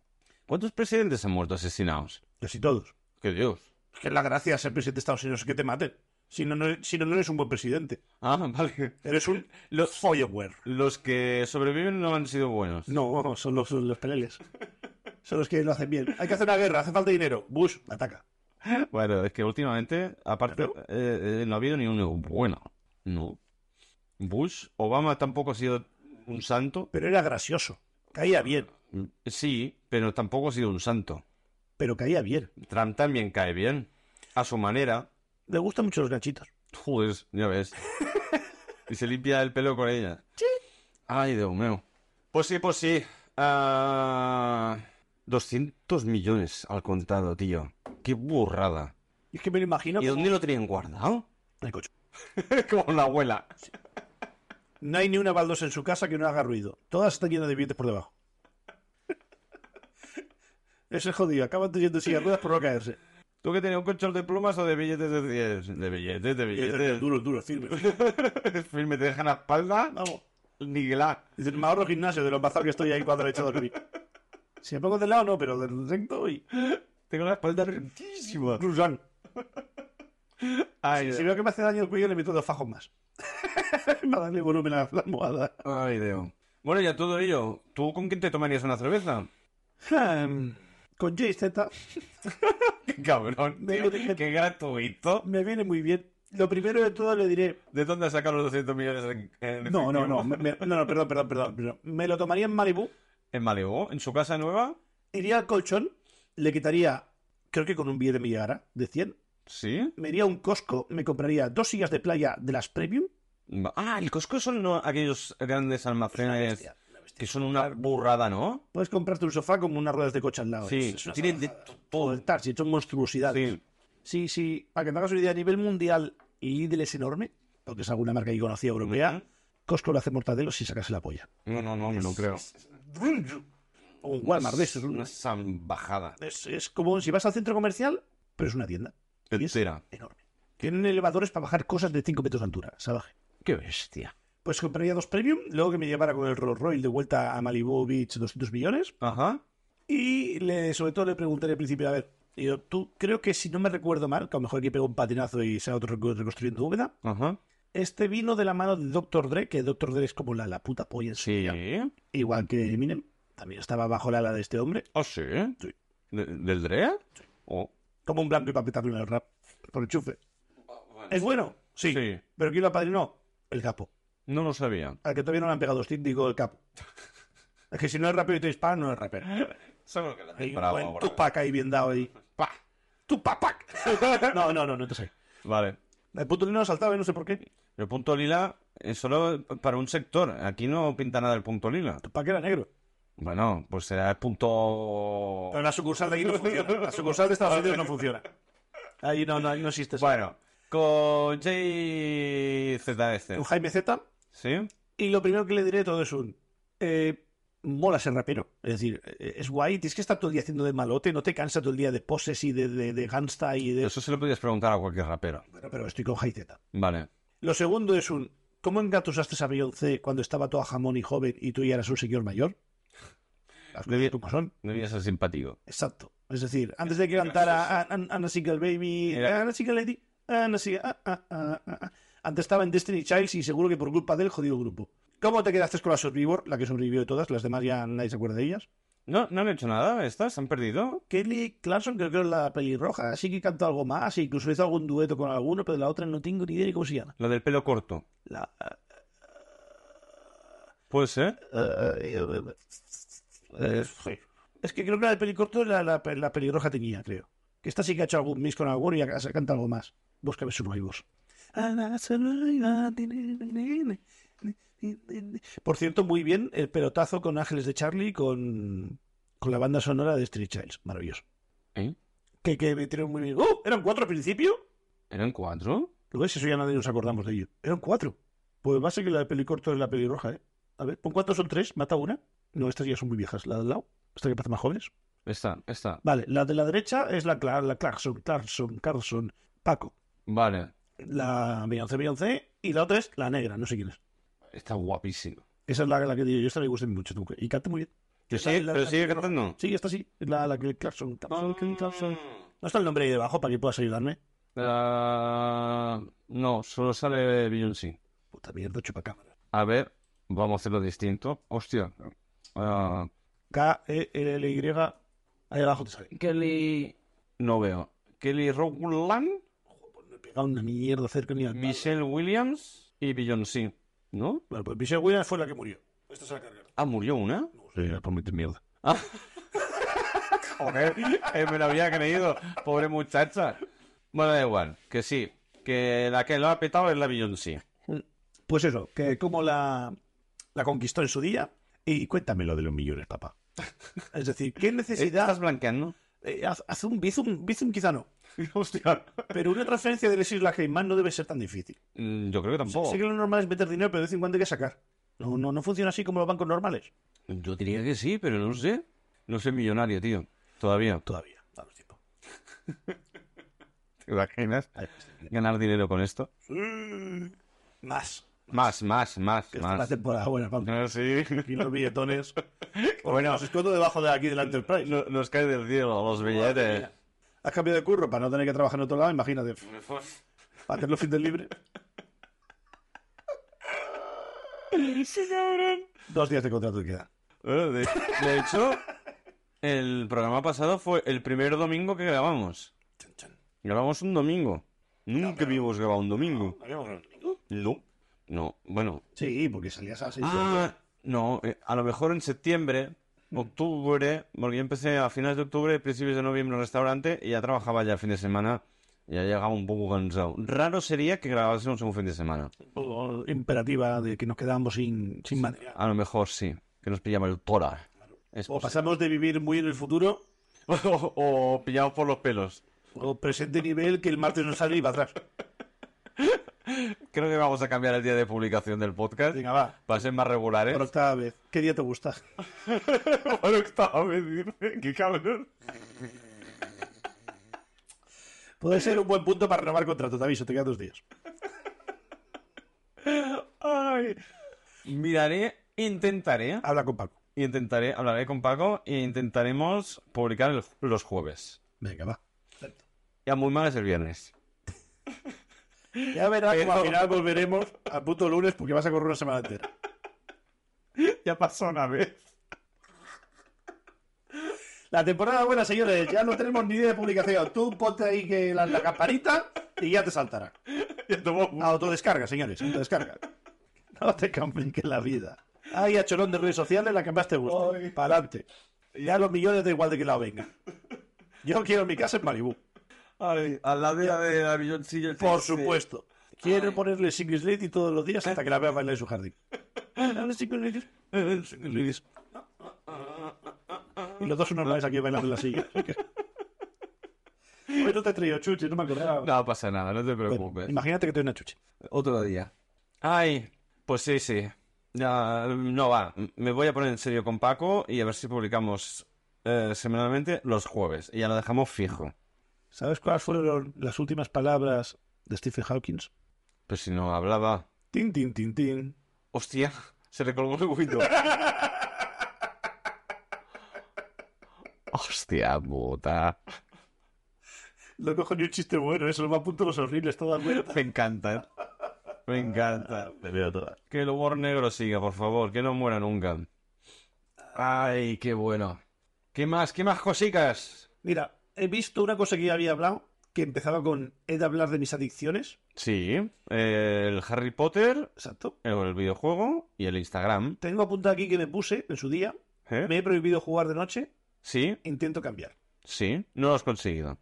S1: ¿Cuántos presidentes han muerto asesinados?
S2: Casi todos.
S1: Que Dios.
S2: Es que la gracia de ser presidente de Estados Unidos es que te maten. Si no, no, si no, no eres un buen presidente.
S1: Ah, [LAUGHS] vale.
S2: Eres
S1: [LAUGHS]
S2: un followers.
S1: Los que sobreviven no han sido buenos.
S2: No, son los, son los peleles. Son los que lo hacen bien. Hay que hacer una guerra, hace falta dinero. Bush, ataca.
S1: Bueno, es que últimamente, aparte, eh, eh, no ha habido ni uno bueno. No. Bush, Obama tampoco ha sido un santo.
S2: Pero era gracioso. Caía bien,
S1: Sí, pero tampoco ha sido un santo.
S2: pero caía bien.
S1: Trump también cae bien. A su manera.
S2: Le gustan mucho los ganchitos.
S1: Joder, ya [LAUGHS] ves. y se limpia el pelo con ella. Sí. Ay, Dios mío. Pues sí, pues sí. Ah, 200 millones al contado, tío. Qué burrada.
S2: Y es que me lo imagino
S1: ¿Y
S2: como...
S1: dónde lo tenían guardado? [LAUGHS]
S2: el coche.
S1: Como la abuela.
S2: No hay ni una baldosa en su casa que no haga ruido. Todas están llenas de billetes por
S1: [LAUGHS]
S2: debajo. Ese jodido, acaban teniendo sillas ruedas por no caerse.
S1: ¿Tú que tenías un colchón de plumas o de billetes de 10? De billetes, de billetes.
S2: Duro, duro,
S1: [LAUGHS]
S2: firme.
S1: Firme, te dejan la espalda.
S2: Vamos.
S1: Niquelá.
S2: Dicen, me ahorro gimnasio de lo pasado que estoy ahí cuando le he echado a dormir. Si me pongo de lado, no, pero del recto y.
S1: Tengo la espalda rentísima.
S2: Cruzán.
S1: Ay,
S2: Si veo que me hace daño el cuello, le meto dos fajos más. [LAUGHS] Para darle volumen a la la almohada.
S1: Ay, Dios. Bueno, ya todo ello. ¿Tú con quién te tomarías una cerveza?
S2: Em, Con Jay Z
S1: Qué cabrón.
S2: Vengo
S1: tío.
S2: [LAUGHS] de-
S1: Qué gratuito.
S2: me viene muy bien. Lo primero de todo le diré.
S1: ¿De dónde has sacado los 200 millones en, en
S2: No, no, no.
S1: efectivo?
S2: me- me- no, no, perdón, perdón, perdón, perdón. Me lo tomaría en Malibu.
S1: ¿En Malibu? ¿En su casa nueva?
S2: Iría al colchón. Le quitaría, creo que con un billete me llegará, de 100.
S1: ¿Sí?
S2: Me iría a un Costco. Me compraría dos sillas de playa de las Premium.
S1: Va- Ah, el Costco son no- aquellos grandes almacenes
S2: Hostia, una bestia.
S1: que son una burrada, ¿no?
S2: Puedes comprarte un sofá con unas ruedas de coche al lado.
S1: Sí,
S2: Es- es una
S1: tienen de
S2: todo el taxi, son monstruosidades.
S1: Sí.
S2: Sí, sí, Para que te hagas una idea, a nivel mundial, Lidl es enorme, porque es alguna marca que conocía europea.
S1: Ujú.
S2: Costco lo hace mortadelo si sacas la polla.
S1: No, no, no, no creo.
S2: O un Walmart de esos. un-
S1: Una zambajada.
S2: Es, es como si vas al centro comercial, pero es una tienda Y es-
S1: Entera.
S2: enorme. Tienen elevadores para bajar cosas de 5 metros de altura, salvaje.
S1: Qué bestia.
S2: Pues compraría dos premium, luego que me llevara con el Rolls Royce de vuelta a Malibu Beach 200 millones.
S1: Ajá.
S2: Y le, sobre todo le preguntaré al principio, a ver, digo, tú creo que si no me recuerdo mal, que a lo mejor aquí pego un patinazo y sea otro reco- reconstruyendo Úbeda,
S1: Ajá.
S2: este vino de la mano de Dr. Dre, que Dr. Dre es como la, la puta polla en su
S1: Sí.
S2: día. Igual que Eminem, también estaba bajo la ala de este hombre,
S1: ¿Ah, sí?
S2: Sí.
S1: ¿De- ¿Del Drea? Oh.
S2: como un blanco y papetarlo en el rap, por el chufe. ¿Es bueno? Sí.
S1: Sí.
S2: ¿Pero quién lo apadrinó? El capo.
S1: No lo sabía.
S2: Al que todavía no le han pegado síndico el capo. Es que si no es rapero y te dispara, no es rapero.
S1: Seguro que la
S2: Hay un
S1: temporada
S2: buen
S1: ahora.
S2: Tupac ahí bien dado ahí. Pa. Tupac, [LAUGHS] pac. No, no, no, no te sé.
S1: Vale.
S2: El punto no saltaba y no sé por qué.
S1: El punto lila es solo para un sector. Aquí no pinta nada el punto lila.
S2: Tupac era negro.
S1: Bueno, pues será el punto...
S2: Pero la sucursal de aquí no funciona. La sucursal de Estados Unidos no funciona. Ahí no, no, ahí no existe eso.
S1: Bueno, con JZS.
S2: Un Jaime Z.
S1: ¿Sí?
S2: Y lo primero que le diré de todo es un. Eh, mola ser rapero. Es decir, eh, es guay, tienes que estar todo el día haciendo de malote, no te cansa todo el día de poses y de, de, de gangsta y de.
S1: Eso se lo podías preguntar a cualquier rapero.
S2: Bueno, pero estoy con Jaime Z.
S1: Vale.
S2: Lo segundo es un. ¿Cómo engatusaste a Beyoncé cuando estaba toda jamón y joven y tú ya eras un señor mayor? Las cosas como son.
S1: Debía ser simpático.
S2: Exacto. Es decir, antes de que cantara An- An- Anna Single Baby,
S1: Era-
S2: Anna Single Lady, Anna Single... ah, ah, ah, ah, ah. Antes estaba en Destiny Childs y seguro que por culpa del jodido grupo. ¿Cómo te quedaste con la Survivor, la que sobrevivió de todas? Las demás ya nadie se acuerda de ellas.
S1: ¿No, ¿No han hecho nada estas? ¿Se han perdido?
S2: Kelly Clarkson creo que era la pelirroja, así que cantó algo más, e incluso hizo algún dueto con alguno, pero la otra no tengo ni idea de cómo se llama.
S1: Lo del pelo corto.
S2: La,
S1: Puede ser.
S2: Eh, eh, sí. Es que creo que la de pelicorto la, la, la pelirroja tenía, creo. Que esta sí que ha hecho algún mix con alguno y ha- se canta algo más. Búscame Survivors. Por cierto, muy bien el pelotazo con Ángeles de Charlie con, con la banda sonora de Street Childs. Maravilloso.
S1: ¿Eh?
S2: Que, que me tienen muy bien. ¡Oh! ¿Eran cuatro al principio?
S1: ¿Eran cuatro?
S2: Lo ves, eso ya nadie nos acordamos de ello. Eran cuatro. Pues va a ser que la de pelicorto es la pelirroja, ¿eh? A ver, ¿con cuántos son tres? ¿Mata una? No, estas ya son muy viejas. La del lado, esta que parece más jóvenes.
S1: Esta, esta.
S2: Vale, la de la derecha es la, Cla- la Clarkson, Clarkson, Carson, Paco.
S1: Vale.
S2: La Beyoncé, Beyoncé. Y la otra es la negra, no sé quién es.
S1: Está guapísimo.
S2: Esa es la, la que digo yo, esta me gusta mucho. tú, Y canta muy bien.
S1: ¿Que
S2: La-
S1: sigue-
S2: la-
S1: ¿Pero
S2: la-
S1: sigue cantando?
S2: Sí, esta sí. Es la, la que Clarkson, Clarkson, Clarkson. No está el nombre ahí debajo para que puedas ayudarme.
S1: Ah, no, solo sale Beyoncé.
S2: Puta mierda, chupa cámara.
S1: A ver, vamos a hacerlo distinto. Hostia. Ah,
S2: K-E-L-L-Y. Ahí abajo te sale.
S1: Kelly. No veo. Kelly Rowland,
S2: Me he pegado una mierda cerca ni al palo.
S1: Michelle Williams y Beyoncé. ¿No?
S2: Bueno, pues Michelle Williams fue la que murió. Esta se la cargaron.
S1: Ah, murió una.
S2: No, sí, era por meter mierda.
S1: Joder, eh, me lo había creído. Pobre muchacha. Bueno, da igual. Que sí. Que la que lo ha petado es la Beyoncé.
S2: Pues eso, que como la, la conquistó en su día. Y cuéntame lo de los millones, papá. [LAUGHS] Es decir, ¿qué
S1: Estás
S2: necesidad?
S1: blanqueando.
S2: Eh, haz, haz un bizum, bizum quizá no. Hostia. Pero una transferencia de las Islas Caimán no debe ser tan difícil.
S1: Mm, Yo creo que tampoco.
S2: Sé que lo normal es meter dinero, pero de vez en cuando hay que sacar. No, no, no funciona así como los bancos normales.
S1: Yo diría que sí, pero no sé. No soy millonario, tío. Todavía.
S2: Todavía, damos tiempo.
S1: ¿Te imaginas ganar dinero con esto?
S2: Más.
S1: Más, más, más,
S2: Que esta es la
S1: más.
S2: temporada buena, [LAUGHS] vamos.
S1: Ah, sí.
S2: Aquí los billetones. Bueno, os escondo debajo de aquí del Enterprise.
S1: No- nos cae del cielo los billetes.
S2: Has cambiado de curro para no tener que trabajar en otro lado, imagínate. Para hacer los fines del libre. Dos días de contrato te quedan.
S1: Bueno, De, de hecho, el programa pasado fue el primer domingo que grabamos. Grabamos un domingo. Nunca habíamos grabado un domingo. No. No, bueno.
S2: Sí, porque salías a las seis.
S1: Ah, no, eh, a lo mejor en septiembre, octubre, porque yo empecé a finales de octubre, principios de noviembre en el restaurante y ya trabajaba ya el fin de semana. Ya llegaba un poco cansado. Raro sería que grabásemos un fin de semana.
S2: O imperativa de que nos quedábamos sin, sin material.
S1: A lo mejor sí, que nos pillaba el tora. Es
S2: O pasamos de vivir muy en el futuro
S1: [LAUGHS] O, o pillados por los pelos.
S2: o presente nivel que el martes no sale y va atrás.
S1: Creo que vamos a cambiar el día de publicación del podcast.
S2: Venga, va.
S1: Para ser más ¿eh? regulares. [LAUGHS]
S2: Por octava vez. ¿Qué día te gusta?
S1: Por octava vez, dice. Qué cabrón.
S2: Puede ser un buen punto para renovar contrato, te aviso, te quedan dos días.
S1: Ay. Miraré, intentaré.
S2: Habla con Paco.
S1: Intentaré, hablaré con Paco e intentaremos publicar el- los jueves.
S2: Venga, va.
S1: Ya muy mal es el viernes.
S2: Ya verás
S1: Pero-
S2: cómo al final volveremos a puto lunes porque vas a correr una semana [LAUGHS] entera.
S1: Ya pasó una vez.
S2: La temporada buena, señores, ya no tenemos ni idea de publicación. Tú ponte ahí que la, la campanita y ya te saltará.
S1: [LAUGHS] Ya tomó
S2: Autodescarga, señores, autodescarga. [LAUGHS] No te compliques la vida. Hay a chorón de redes sociales la que más te gusta. Para adelante. Ya los millones da igual de qué lado vengan. Yo quiero mi casa en Malibú.
S6: Al lado de la de la milloncilla.
S2: Por supuesto. Quiero ponerle Single Lady todos los días hasta que la vea bailar en su jardín. Dale Single Ladies, dale Single Ladies. Y los dos son normales aquí bailando en la silla. Hoy no te he traído chuche, no me acordaba.
S1: No pasa nada, no te preocupes.
S2: Imagínate que te doy una chuche.
S6: Otro día.
S1: Ay, pues sí, sí. Ya, no va, me voy a poner en serio con Paco y a ver si publicamos eh, semanalmente los jueves. Y ya lo dejamos fijo.
S2: ¿Sabes cuáles fueron las últimas palabras de Stephen Hawking?
S1: Pero si no hablaba.
S2: Tin, tin, tin, tin.
S1: Hostia, [LAUGHS] se recolgó el Windows. Hostia puta.
S2: Lo cojo ni un chiste bueno, eso lo me apunto los horribles todas vueltas.
S1: Me encanta. ¿eh? Me encanta.
S2: Te veo todas.
S1: Que el humor negro siga, por favor, que no muera nunca. Ay, qué bueno. ¿Qué más? ¿Qué más cositas?
S2: Mira, he visto una cosa que ya había hablado, que empezaba con he de hablar de mis adicciones.
S1: Sí, eh, el Harry Potter,
S2: Exacto.
S1: el, el videojuego y el Instagram.
S2: Tengo apuntado aquí que me puse en su día.
S1: ¿eh?
S2: Me he prohibido jugar de noche.
S1: Sí,
S2: Intento cambiar.
S1: sí, no lo has conseguido.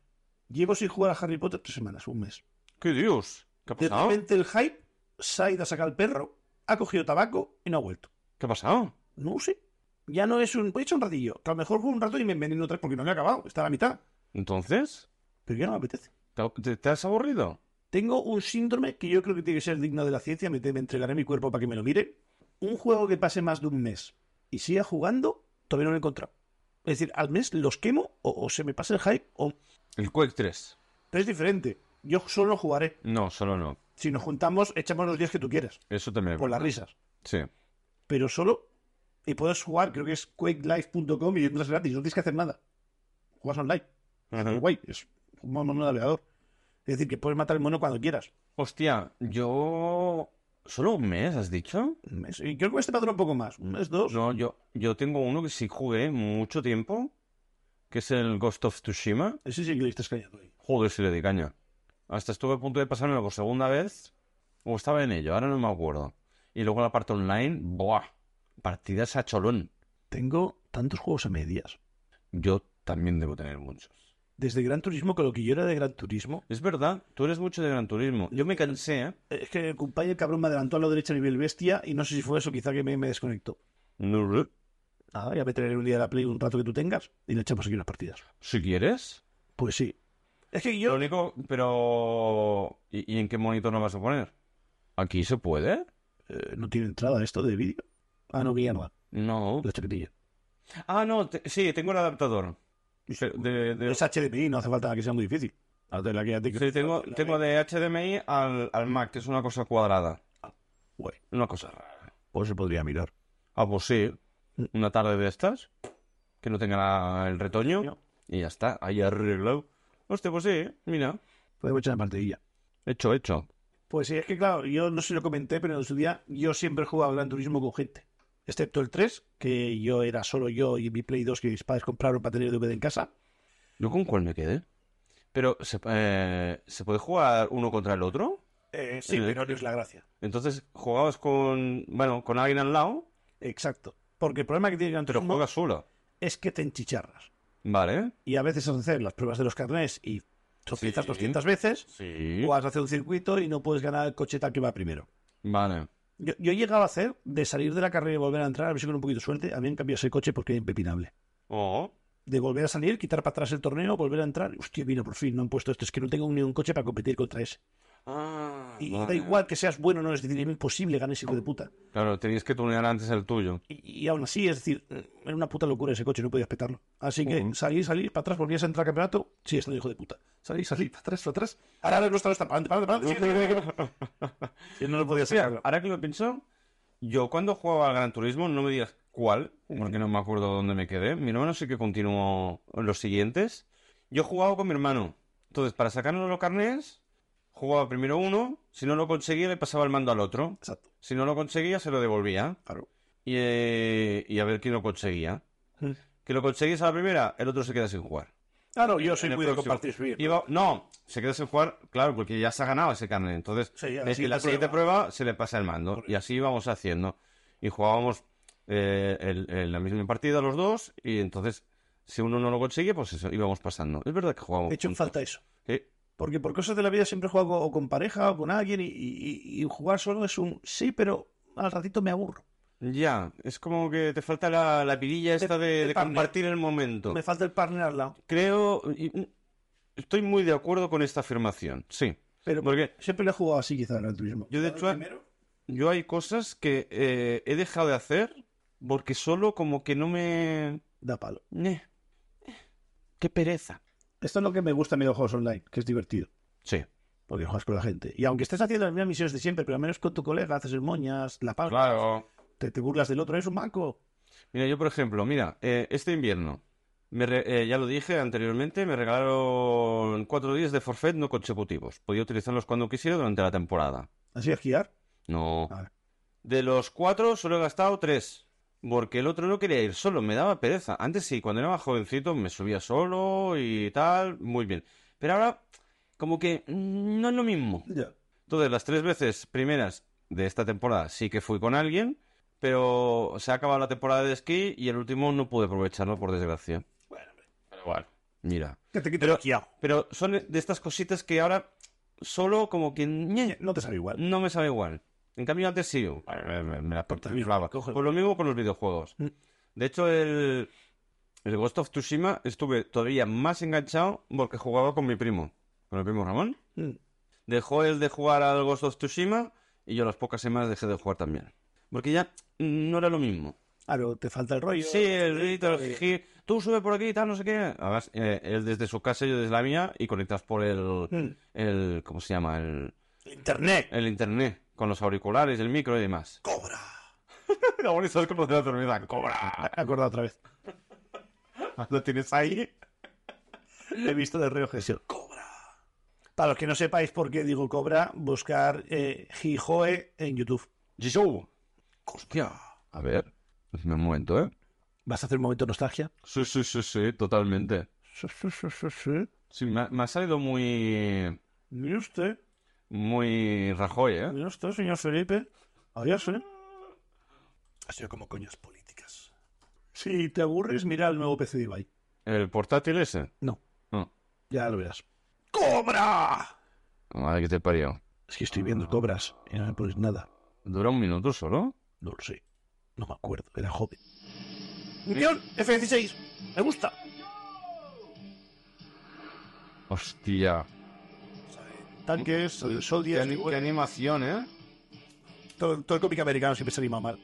S2: Llevo sin jugar a Harry Potter tres semanas, un mes.
S1: ¿Qué dios? ¿Qué ha
S2: De
S1: pasado?
S2: repente el hype se ha ido a sacar el perro, ha cogido tabaco y no ha vuelto.
S1: ¿Qué ha pasado?
S2: No sé. Ya no es un. Voy a echar un ratillo. Que a lo mejor juego un rato y me enveneno otra vez porque no me he acabado. Está a la mitad.
S1: Entonces,
S2: Pero ya no me apetece.
S1: ¿te, te- te has aburrido?
S2: Tengo un síndrome que yo creo que tiene que ser digno de la ciencia. Me, me entregaré mi cuerpo para que me lo mire. Un juego que pase más de un mes y siga jugando, todavía no lo he encontrado. Es decir, al mes los quemo o, o se me pasa el hype o.
S1: El Quake 3.
S2: Pero es diferente. Yo solo jugaré.
S1: No, solo no.
S2: Si nos juntamos, echamos los días que tú quieras.
S1: Eso también.
S2: Por las risas.
S1: Sí.
S2: Pero solo. Y puedes jugar, creo que es quakelife.com y entras gratis. No tienes que hacer nada. Juegas online.
S1: Ah.
S2: Pero guay, es un mono navegador. Es decir, que puedes matar el mono cuando quieras.
S1: Hostia, yo... ¿Solo un mes, has dicho?
S2: Un mes. Y creo que este padrón un poco más. Un mes, dos.
S1: No, yo, yo tengo uno que sí jugué mucho tiempo, que es el Ghost of Tsushima.
S2: Ese sí que le estás callando ahí.
S1: Joder, si le di caña. Hasta estuve a punto de pasármelo por segunda vez, o estaba en ello, ahora no me acuerdo. Y luego la parte online, ¡buah! Partidas a cholón.
S2: Tengo tantos juegos a medias.
S1: Yo también debo tener muchos.
S2: Desde Gran Turismo, con lo que yo era de Gran Turismo.
S1: Es verdad, tú eres mucho de Gran Turismo. Yo me cansé, ¿eh?
S2: eh, Es que el compañero el cabrón me adelantó a la derecha a nivel bestia y no sé si fue eso quizá que me, me desconectó.
S1: No,
S2: Nada, ya me traeré un día de la Play un rato que tú tengas y le echamos aquí unas partidas.
S1: Si quieres.
S2: Pues sí. Es que
S1: Lo
S2: yo...
S1: único, pero... ¿Y, y en qué monitor lo vas a poner? ¿Aquí se puede?
S2: eh, no tiene entrada esto de vídeo. Ah, no, que ya no va.
S1: No.
S2: La chaquetilla.
S1: Ah, no, te- sí, tengo el adaptador. De- de-
S2: Es HDMI, no hace falta que sea muy difícil. Ahora te la que ya te-
S1: Sí, tengo, tengo de HDMI al, al Mac, que es una cosa cuadrada.
S2: Guay.
S1: Una cosa rara.
S2: Pues se podría mirar.
S1: Ah, pues sí.
S2: Mm.
S1: Una tarde de estas, que no tenga la- el retoño, y ya está, ahí arreglado. Hostia, pues sí, mira.
S2: Podemos echar la partidilla.
S1: Hecho, hecho.
S2: Pues sí, es que claro, yo no se lo comenté, pero en su día yo siempre he jugado a Gran Turismo con gente. Excepto el 3, que yo era solo yo y mi Play 2 que mis padres compraron para tener DVD en casa.
S1: ¿Yo con cuál me quedé? Pero, ¿se, eh, ¿se puede jugar uno contra el otro?
S2: sí,
S1: Eh.
S2: pero no es la gracia.
S1: Entonces, jugabas con, bueno, con alguien al lado,
S2: Exacto. Porque el problema que tiene Gran
S1: pero
S2: Turismo
S1: juegas solo.
S2: es que te enchicharras.
S1: Vale.
S2: Y a veces haces las pruebas de los carnés y tropiezas 200 veces,
S1: Sí.
S2: o has de hacer un circuito y no puedes ganar el coche tal que va primero.
S1: Vale.
S2: Yo, yo he llegado a hacer de salir de la carrera y volver a entrar, a ver si con un poquito de suerte, a mí me cambiado ese coche porque era impepinable.
S1: Oh.
S2: de volver a salir, quitar para atrás el torneo, volver a entrar. Hostia, mira, por fin no han puesto esto. Es que no tengo ni un coche para competir contra ese.
S1: Ah,
S2: Y da
S1: vale.
S2: igual que seas bueno o no, es decir, era imposible ganar ese hijo de puta.
S1: Claro, tenías que tunear antes el tuyo.
S2: Y, y aún así, es decir, eh, era una puta locura ese coche, no podías petarlo. Así que salir, salir, para atrás, volvías a entrar al campeonato. Sí, está el hijo de puta. Salir, salir, para atrás, para atrás. Ahora, ahora no está, no está, para adelante, para adelante, para adelante. Sí, [LAUGHS] sí, no lo podía
S1: Mira,
S2: hacer.
S1: ahora que lo pienso, yo cuando jugaba al Gran Turismo, no me digas cuál, porque no me acuerdo dónde me quedé. Mi hermano sí que continuó los siguientes. Yo jugaba con mi hermano. Entonces, para sacarnos los carnés, jugaba primero uno. Si no lo conseguía, le pasaba el mando al otro.
S2: Exacto,
S1: Si no lo conseguía, se lo devolvía.
S2: claro.
S1: Y, eh, y a ver quién lo conseguía. Que lo conseguís a la primera, el otro se queda sin jugar.
S2: Ah, no, yo soy
S1: en el
S2: muy de
S1: próximo.
S2: compartir subir.
S1: Iba- no, se queda sin jugar, claro, porque ya se ha ganado ese carnet. Entonces,
S2: Sí,
S1: es
S2: ya,
S1: que la
S2: siguiente
S1: siguiente
S2: prueba.
S1: prueba se le pasa el mando. Y así íbamos haciendo. Y jugábamos eh, el- el- la misma partida los dos. Y entonces, si uno no lo consigue, pues eso, íbamos pasando. Es verdad que jugábamos.
S2: He hecho en
S1: juntos.
S2: falta eso.
S1: Sí.
S2: Porque por cosas de la vida siempre juego o con pareja o con alguien y, y- y jugar solo es un sí, pero al ratito me aburro.
S1: Ya, es como que te falta la, la pirilla esta de,
S2: de
S1: de
S2: partner.
S1: compartir el momento.
S2: Me falta el partner al lado.
S1: Creo, y- mm, estoy muy de acuerdo con esta afirmación, sí.
S2: Pero
S1: Porque
S2: siempre lo he jugado así, quizás, al turismo.
S1: yo de hecho, yo hay cosas que eh, he dejado de hacer porque solo como que no me...
S2: Da palo.
S1: Neh. Qué pereza.
S2: Esto es lo que me gusta a mí de los juegos online, que es divertido.
S1: Sí,
S2: Porque juegas con la gente. Y aunque estés haciendo las mismas misiones de siempre, pero al menos con tu colega haces el moñas, la pala,
S1: claro.
S2: te, te burlas del otro, es un manco.
S1: Mira, yo por ejemplo, mira, eh, este invierno, me re- eh, ya lo dije anteriormente, me regalaron cuatro días de forfait no consecutivos. Podía utilizarlos cuando quisiera durante la temporada.
S2: Así a esquiar.
S1: No.
S2: Vale.
S1: De los cuatro, solo he gastado tres. Porque el otro no quería ir solo, me daba pereza. Antes sí, cuando era más jovencito me subía solo y tal, muy bien. Pero ahora, como que mm, no es lo mismo.
S2: Ya.
S1: Entonces, las tres veces primeras de esta temporada sí que fui con alguien, pero se ha acabado la temporada de esquí y el último no pude aprovecharlo, por desgracia. Pero bueno, mira.
S2: Que te quito
S1: Pero-
S2: el esquiao.
S1: Pero son de estas cositas que ahora solo como que... ñe,
S2: No te sabe igual.
S1: no me sabe igual. En cambio, antes sí. bueno, Me, me- me la
S2: Pues también,
S1: chiflaba.
S2: coge-
S1: Pues lo mismo con los videojuegos.
S2: Mm.
S1: De hecho, el, el Ghost of Tsushima estuve todavía más enganchado porque jugaba con mi primo, con el primo Ramón.
S2: Mm.
S1: Dejó él de jugar al Ghost of Tsushima y yo las pocas semanas dejé de jugar también. Porque ya mm, no era lo mismo.
S2: Claro, te falta el rollo. Eh,
S1: Sí, el grito, el jiji, tú sube por aquí y tal, no sé qué. Además, eh, él desde su casa, yo desde la mía y conectas por el,
S2: Mm.
S1: el ¿cómo se llama? El,
S2: Internet.
S1: el internet, con los auriculares, el micro y demás.
S2: [LAUGHS] Cobra.
S1: Lo bonito es conocer a tu enfermedad, cobra.
S2: Me he acordado otra vez.
S1: Lo tienes ahí.
S2: He visto de reo Gesión. Cobra. Para los que no sepáis por qué digo cobra, buscar eh, Hijoe en YouTube.
S1: Jisou. Hostia. A ver. Dame un momento, ¿eh?
S2: ¿Vas a hacer un momento de nostalgia?
S1: Sí, sí, sí, sí, totalmente.
S2: Sí, sí, sí, sí, sí.
S1: Sí, me ha, me ha salido muy.
S2: Mire usted,
S1: Muy Rajoy, ¿eh?
S2: mire usted, señor Felipe. Adiós, ¿eh?
S5: Ha sido como coñas políticas.
S2: Si te aburres, mira el nuevo PC de Ibai.
S1: El portátil ese.
S2: No,
S1: No.
S2: ya lo verás. ¡Cobra!
S1: Madre que te parió.
S2: Es que estoy viendo cobras y no me pones nada.
S1: Dura un minuto solo.
S2: No lo sé. No me acuerdo, era joven. ¡Misión F-16! ¡Me gusta!
S1: Hostia.
S2: Tanques, el Sol 10,
S1: animación, ¿eh?
S2: todo, todo el cómic americano siempre se anima mal.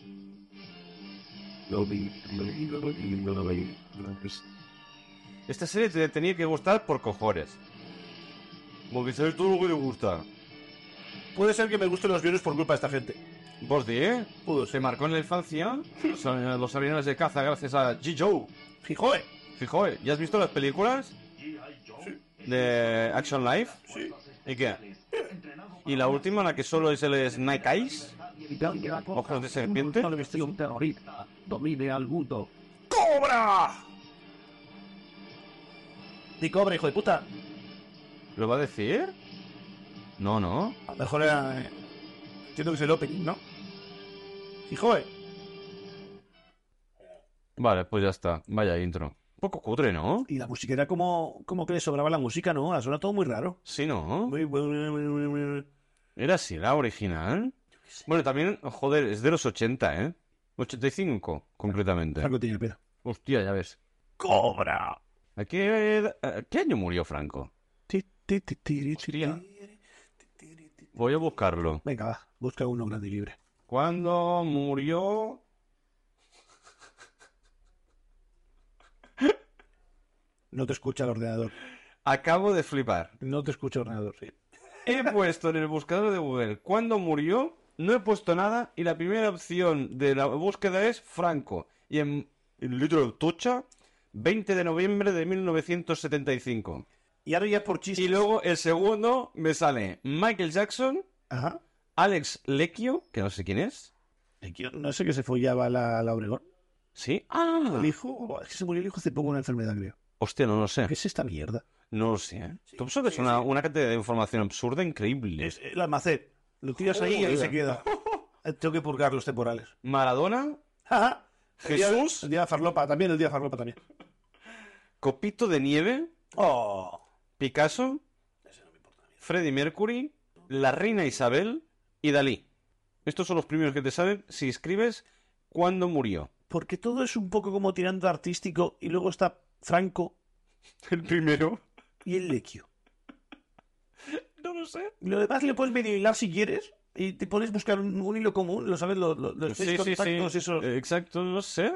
S1: Esta serie te tenía que gustar por cojones. Como que sabes todo lo que le gusta.
S2: Puede ser que me gusten los guiones por culpa de esta gente.
S1: Vos di, ¿eh?
S2: Pudo
S1: Se
S2: ser.
S1: marcó en la [LAUGHS] infancia los av- los aviones de caza gracias a G.Joe.
S2: ¡Hijoe!
S1: Fijoe, ¿ya has visto las películas? De Action Life. ¿Y qué? Y la última, la que solo es el Snake Eyes. Ojos de serpiente.
S7: terrorista domine al mundo.
S2: ¡Cobra! Di cobra, hijo de puta.
S1: ¿Lo va a decir? No, no.
S2: A lo mejor era. eh, Entiendo que es el opening, ¿no? ¡Hijoe!
S1: Vale, pues ya está. Vaya intro. Un poco cutre, ¿no?
S2: Y la música era como, como que le sobraba la música, ¿no? Suena todo muy raro.
S1: Sí, ¿no?
S2: Muy, muy, muy, muy, muy, muy.
S1: ¿Era así la original? Bueno, también, joder, es de los 80, ¿eh? 85, concretamente.
S2: Franco tiene el pelo.
S1: Hostia, ya ves.
S2: ¡Cobra!
S1: ¿A qué, edad- a qué año murió Franco?
S2: Ti, ti, ti, ah. tiri,
S1: Hostia.
S2: tiri, ti, tiri, ti.
S1: Voy a buscarlo.
S2: Venga, va, busca uno grande y libre.
S1: Cuando murió.
S2: No te escucha el ordenador.
S1: Acabo de flipar.
S2: No te escucha el ordenador, sí.
S1: He puesto en el buscador de Google cuando murió, no he puesto nada y la primera opción de la búsqueda es Franco. Y en, en litro de tocha, 20 de noviembre de 1975.
S2: Y ahora ya por chiste.
S1: Y luego el segundo me sale Michael Jackson,
S2: Ajá.
S1: Alex Lecchio, que no sé quién es.
S2: No sé qué se follaba la, la Obregón.
S1: Sí. Ah,
S2: El hijo. Es que se murió el hijo hace poco de una enfermedad, creo.
S1: Hostia, no lo sé.
S2: ¿Qué es esta mierda?
S1: No lo sé. ¿eh? Tú sabes que es una, una cantidad de información absurda increíble.
S2: Es el almacén. Lo tiras ahí y ahí se
S1: [LAUGHS]
S2: queda. Eh, Tengo que purgar los temporales.
S1: Maradona,
S2: Ajá. El día-
S1: Jesús,
S2: El día de Farlopa también, el día de Farlopa también.
S1: Copito de Nieve,
S2: Oh.
S1: Picasso, Freddie Mercury, la reina Isabel y Dalí. Estos son los primeros que te saben si escribes cuándo murió.
S2: Porque todo es un poco como tirando a artístico y luego está Franco
S1: El primero.
S2: y el Lequio.
S1: No lo sé.
S2: Lo demás le puedes medio hilar si quieres y te pones a buscar un, un hilo común, lo sabes, Lo- lo- los
S1: Sí,
S2: textos
S1: sí,
S2: tácticos,
S1: sí.
S2: esos.
S1: Eh, Exacto, no sé.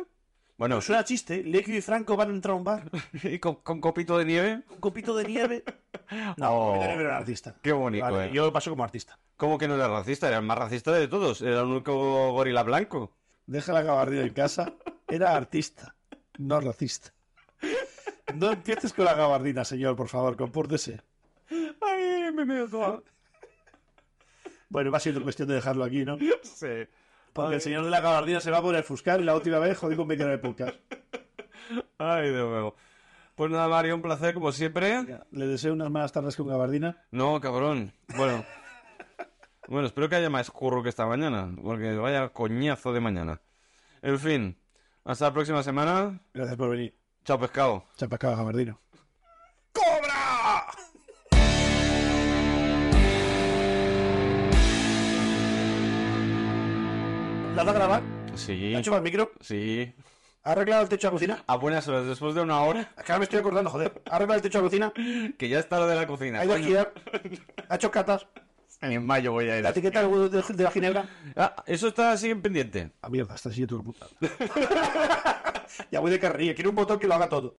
S1: Bueno,
S2: Suena chiste, Lequio y Franco van a entrar a un bar,
S1: y con, con copito de nieve.
S2: un copito de
S1: [LAUGHS]
S2: nieve. No,
S1: Oh.
S2: Copito de Nieve era artista.
S1: Qué bonito,
S2: Vale,
S1: eh.
S2: Yo lo paso como artista.
S1: ¿Cómo que no era racista? Era el más racista de todos. Era el único gorila blanco.
S2: Deja la gabardina en casa. Era artista, no racista. No empieces con la gabardina, señor, por favor, compórtese.
S1: Ay, me meto todo.
S2: Bueno, va siendo cuestión de dejarlo aquí, ¿no?
S1: Sí.
S2: Porque el señor de la gabardina se va a poner a fuscar y la última vez jodí con media hora de podcast.
S1: Ay, de nuevo. Pues nada, Mario, un placer como siempre.
S2: Le deseo unas malas tardes con gabardina.
S1: No, cabrón. Bueno. Bueno, espero que haya más curro que esta mañana, porque vaya coñazo de mañana. En fin, hasta la próxima semana.
S2: Gracias por venir.
S1: Chao, pescado.
S2: Chapacaba gabardino. ¡Cobra! ¿La va a grabar?
S1: Sí,
S2: ¿La chupa el micro?
S1: sí.
S2: ¿Ha arreglado el techo de la cocina?
S1: A buenas horas, después de una hora,
S2: Acá me estoy acordando, joder. ¿Ha arreglado el techo de la cocina?
S1: que ya está lo de la cocina.
S2: ¿Ha ido a
S1: Coño,
S2: esquiar? ¿Ha hecho catas?
S1: En mayo voy a ir
S2: ¿La
S1: a...
S2: etiqueta de, de- de la ginebra?
S1: Ah, eso está así en pendiente.
S2: [LAUGHS] A mierda, hasta así de tu puta. ya voy de carrerilla. Quiero un botón que lo haga todo.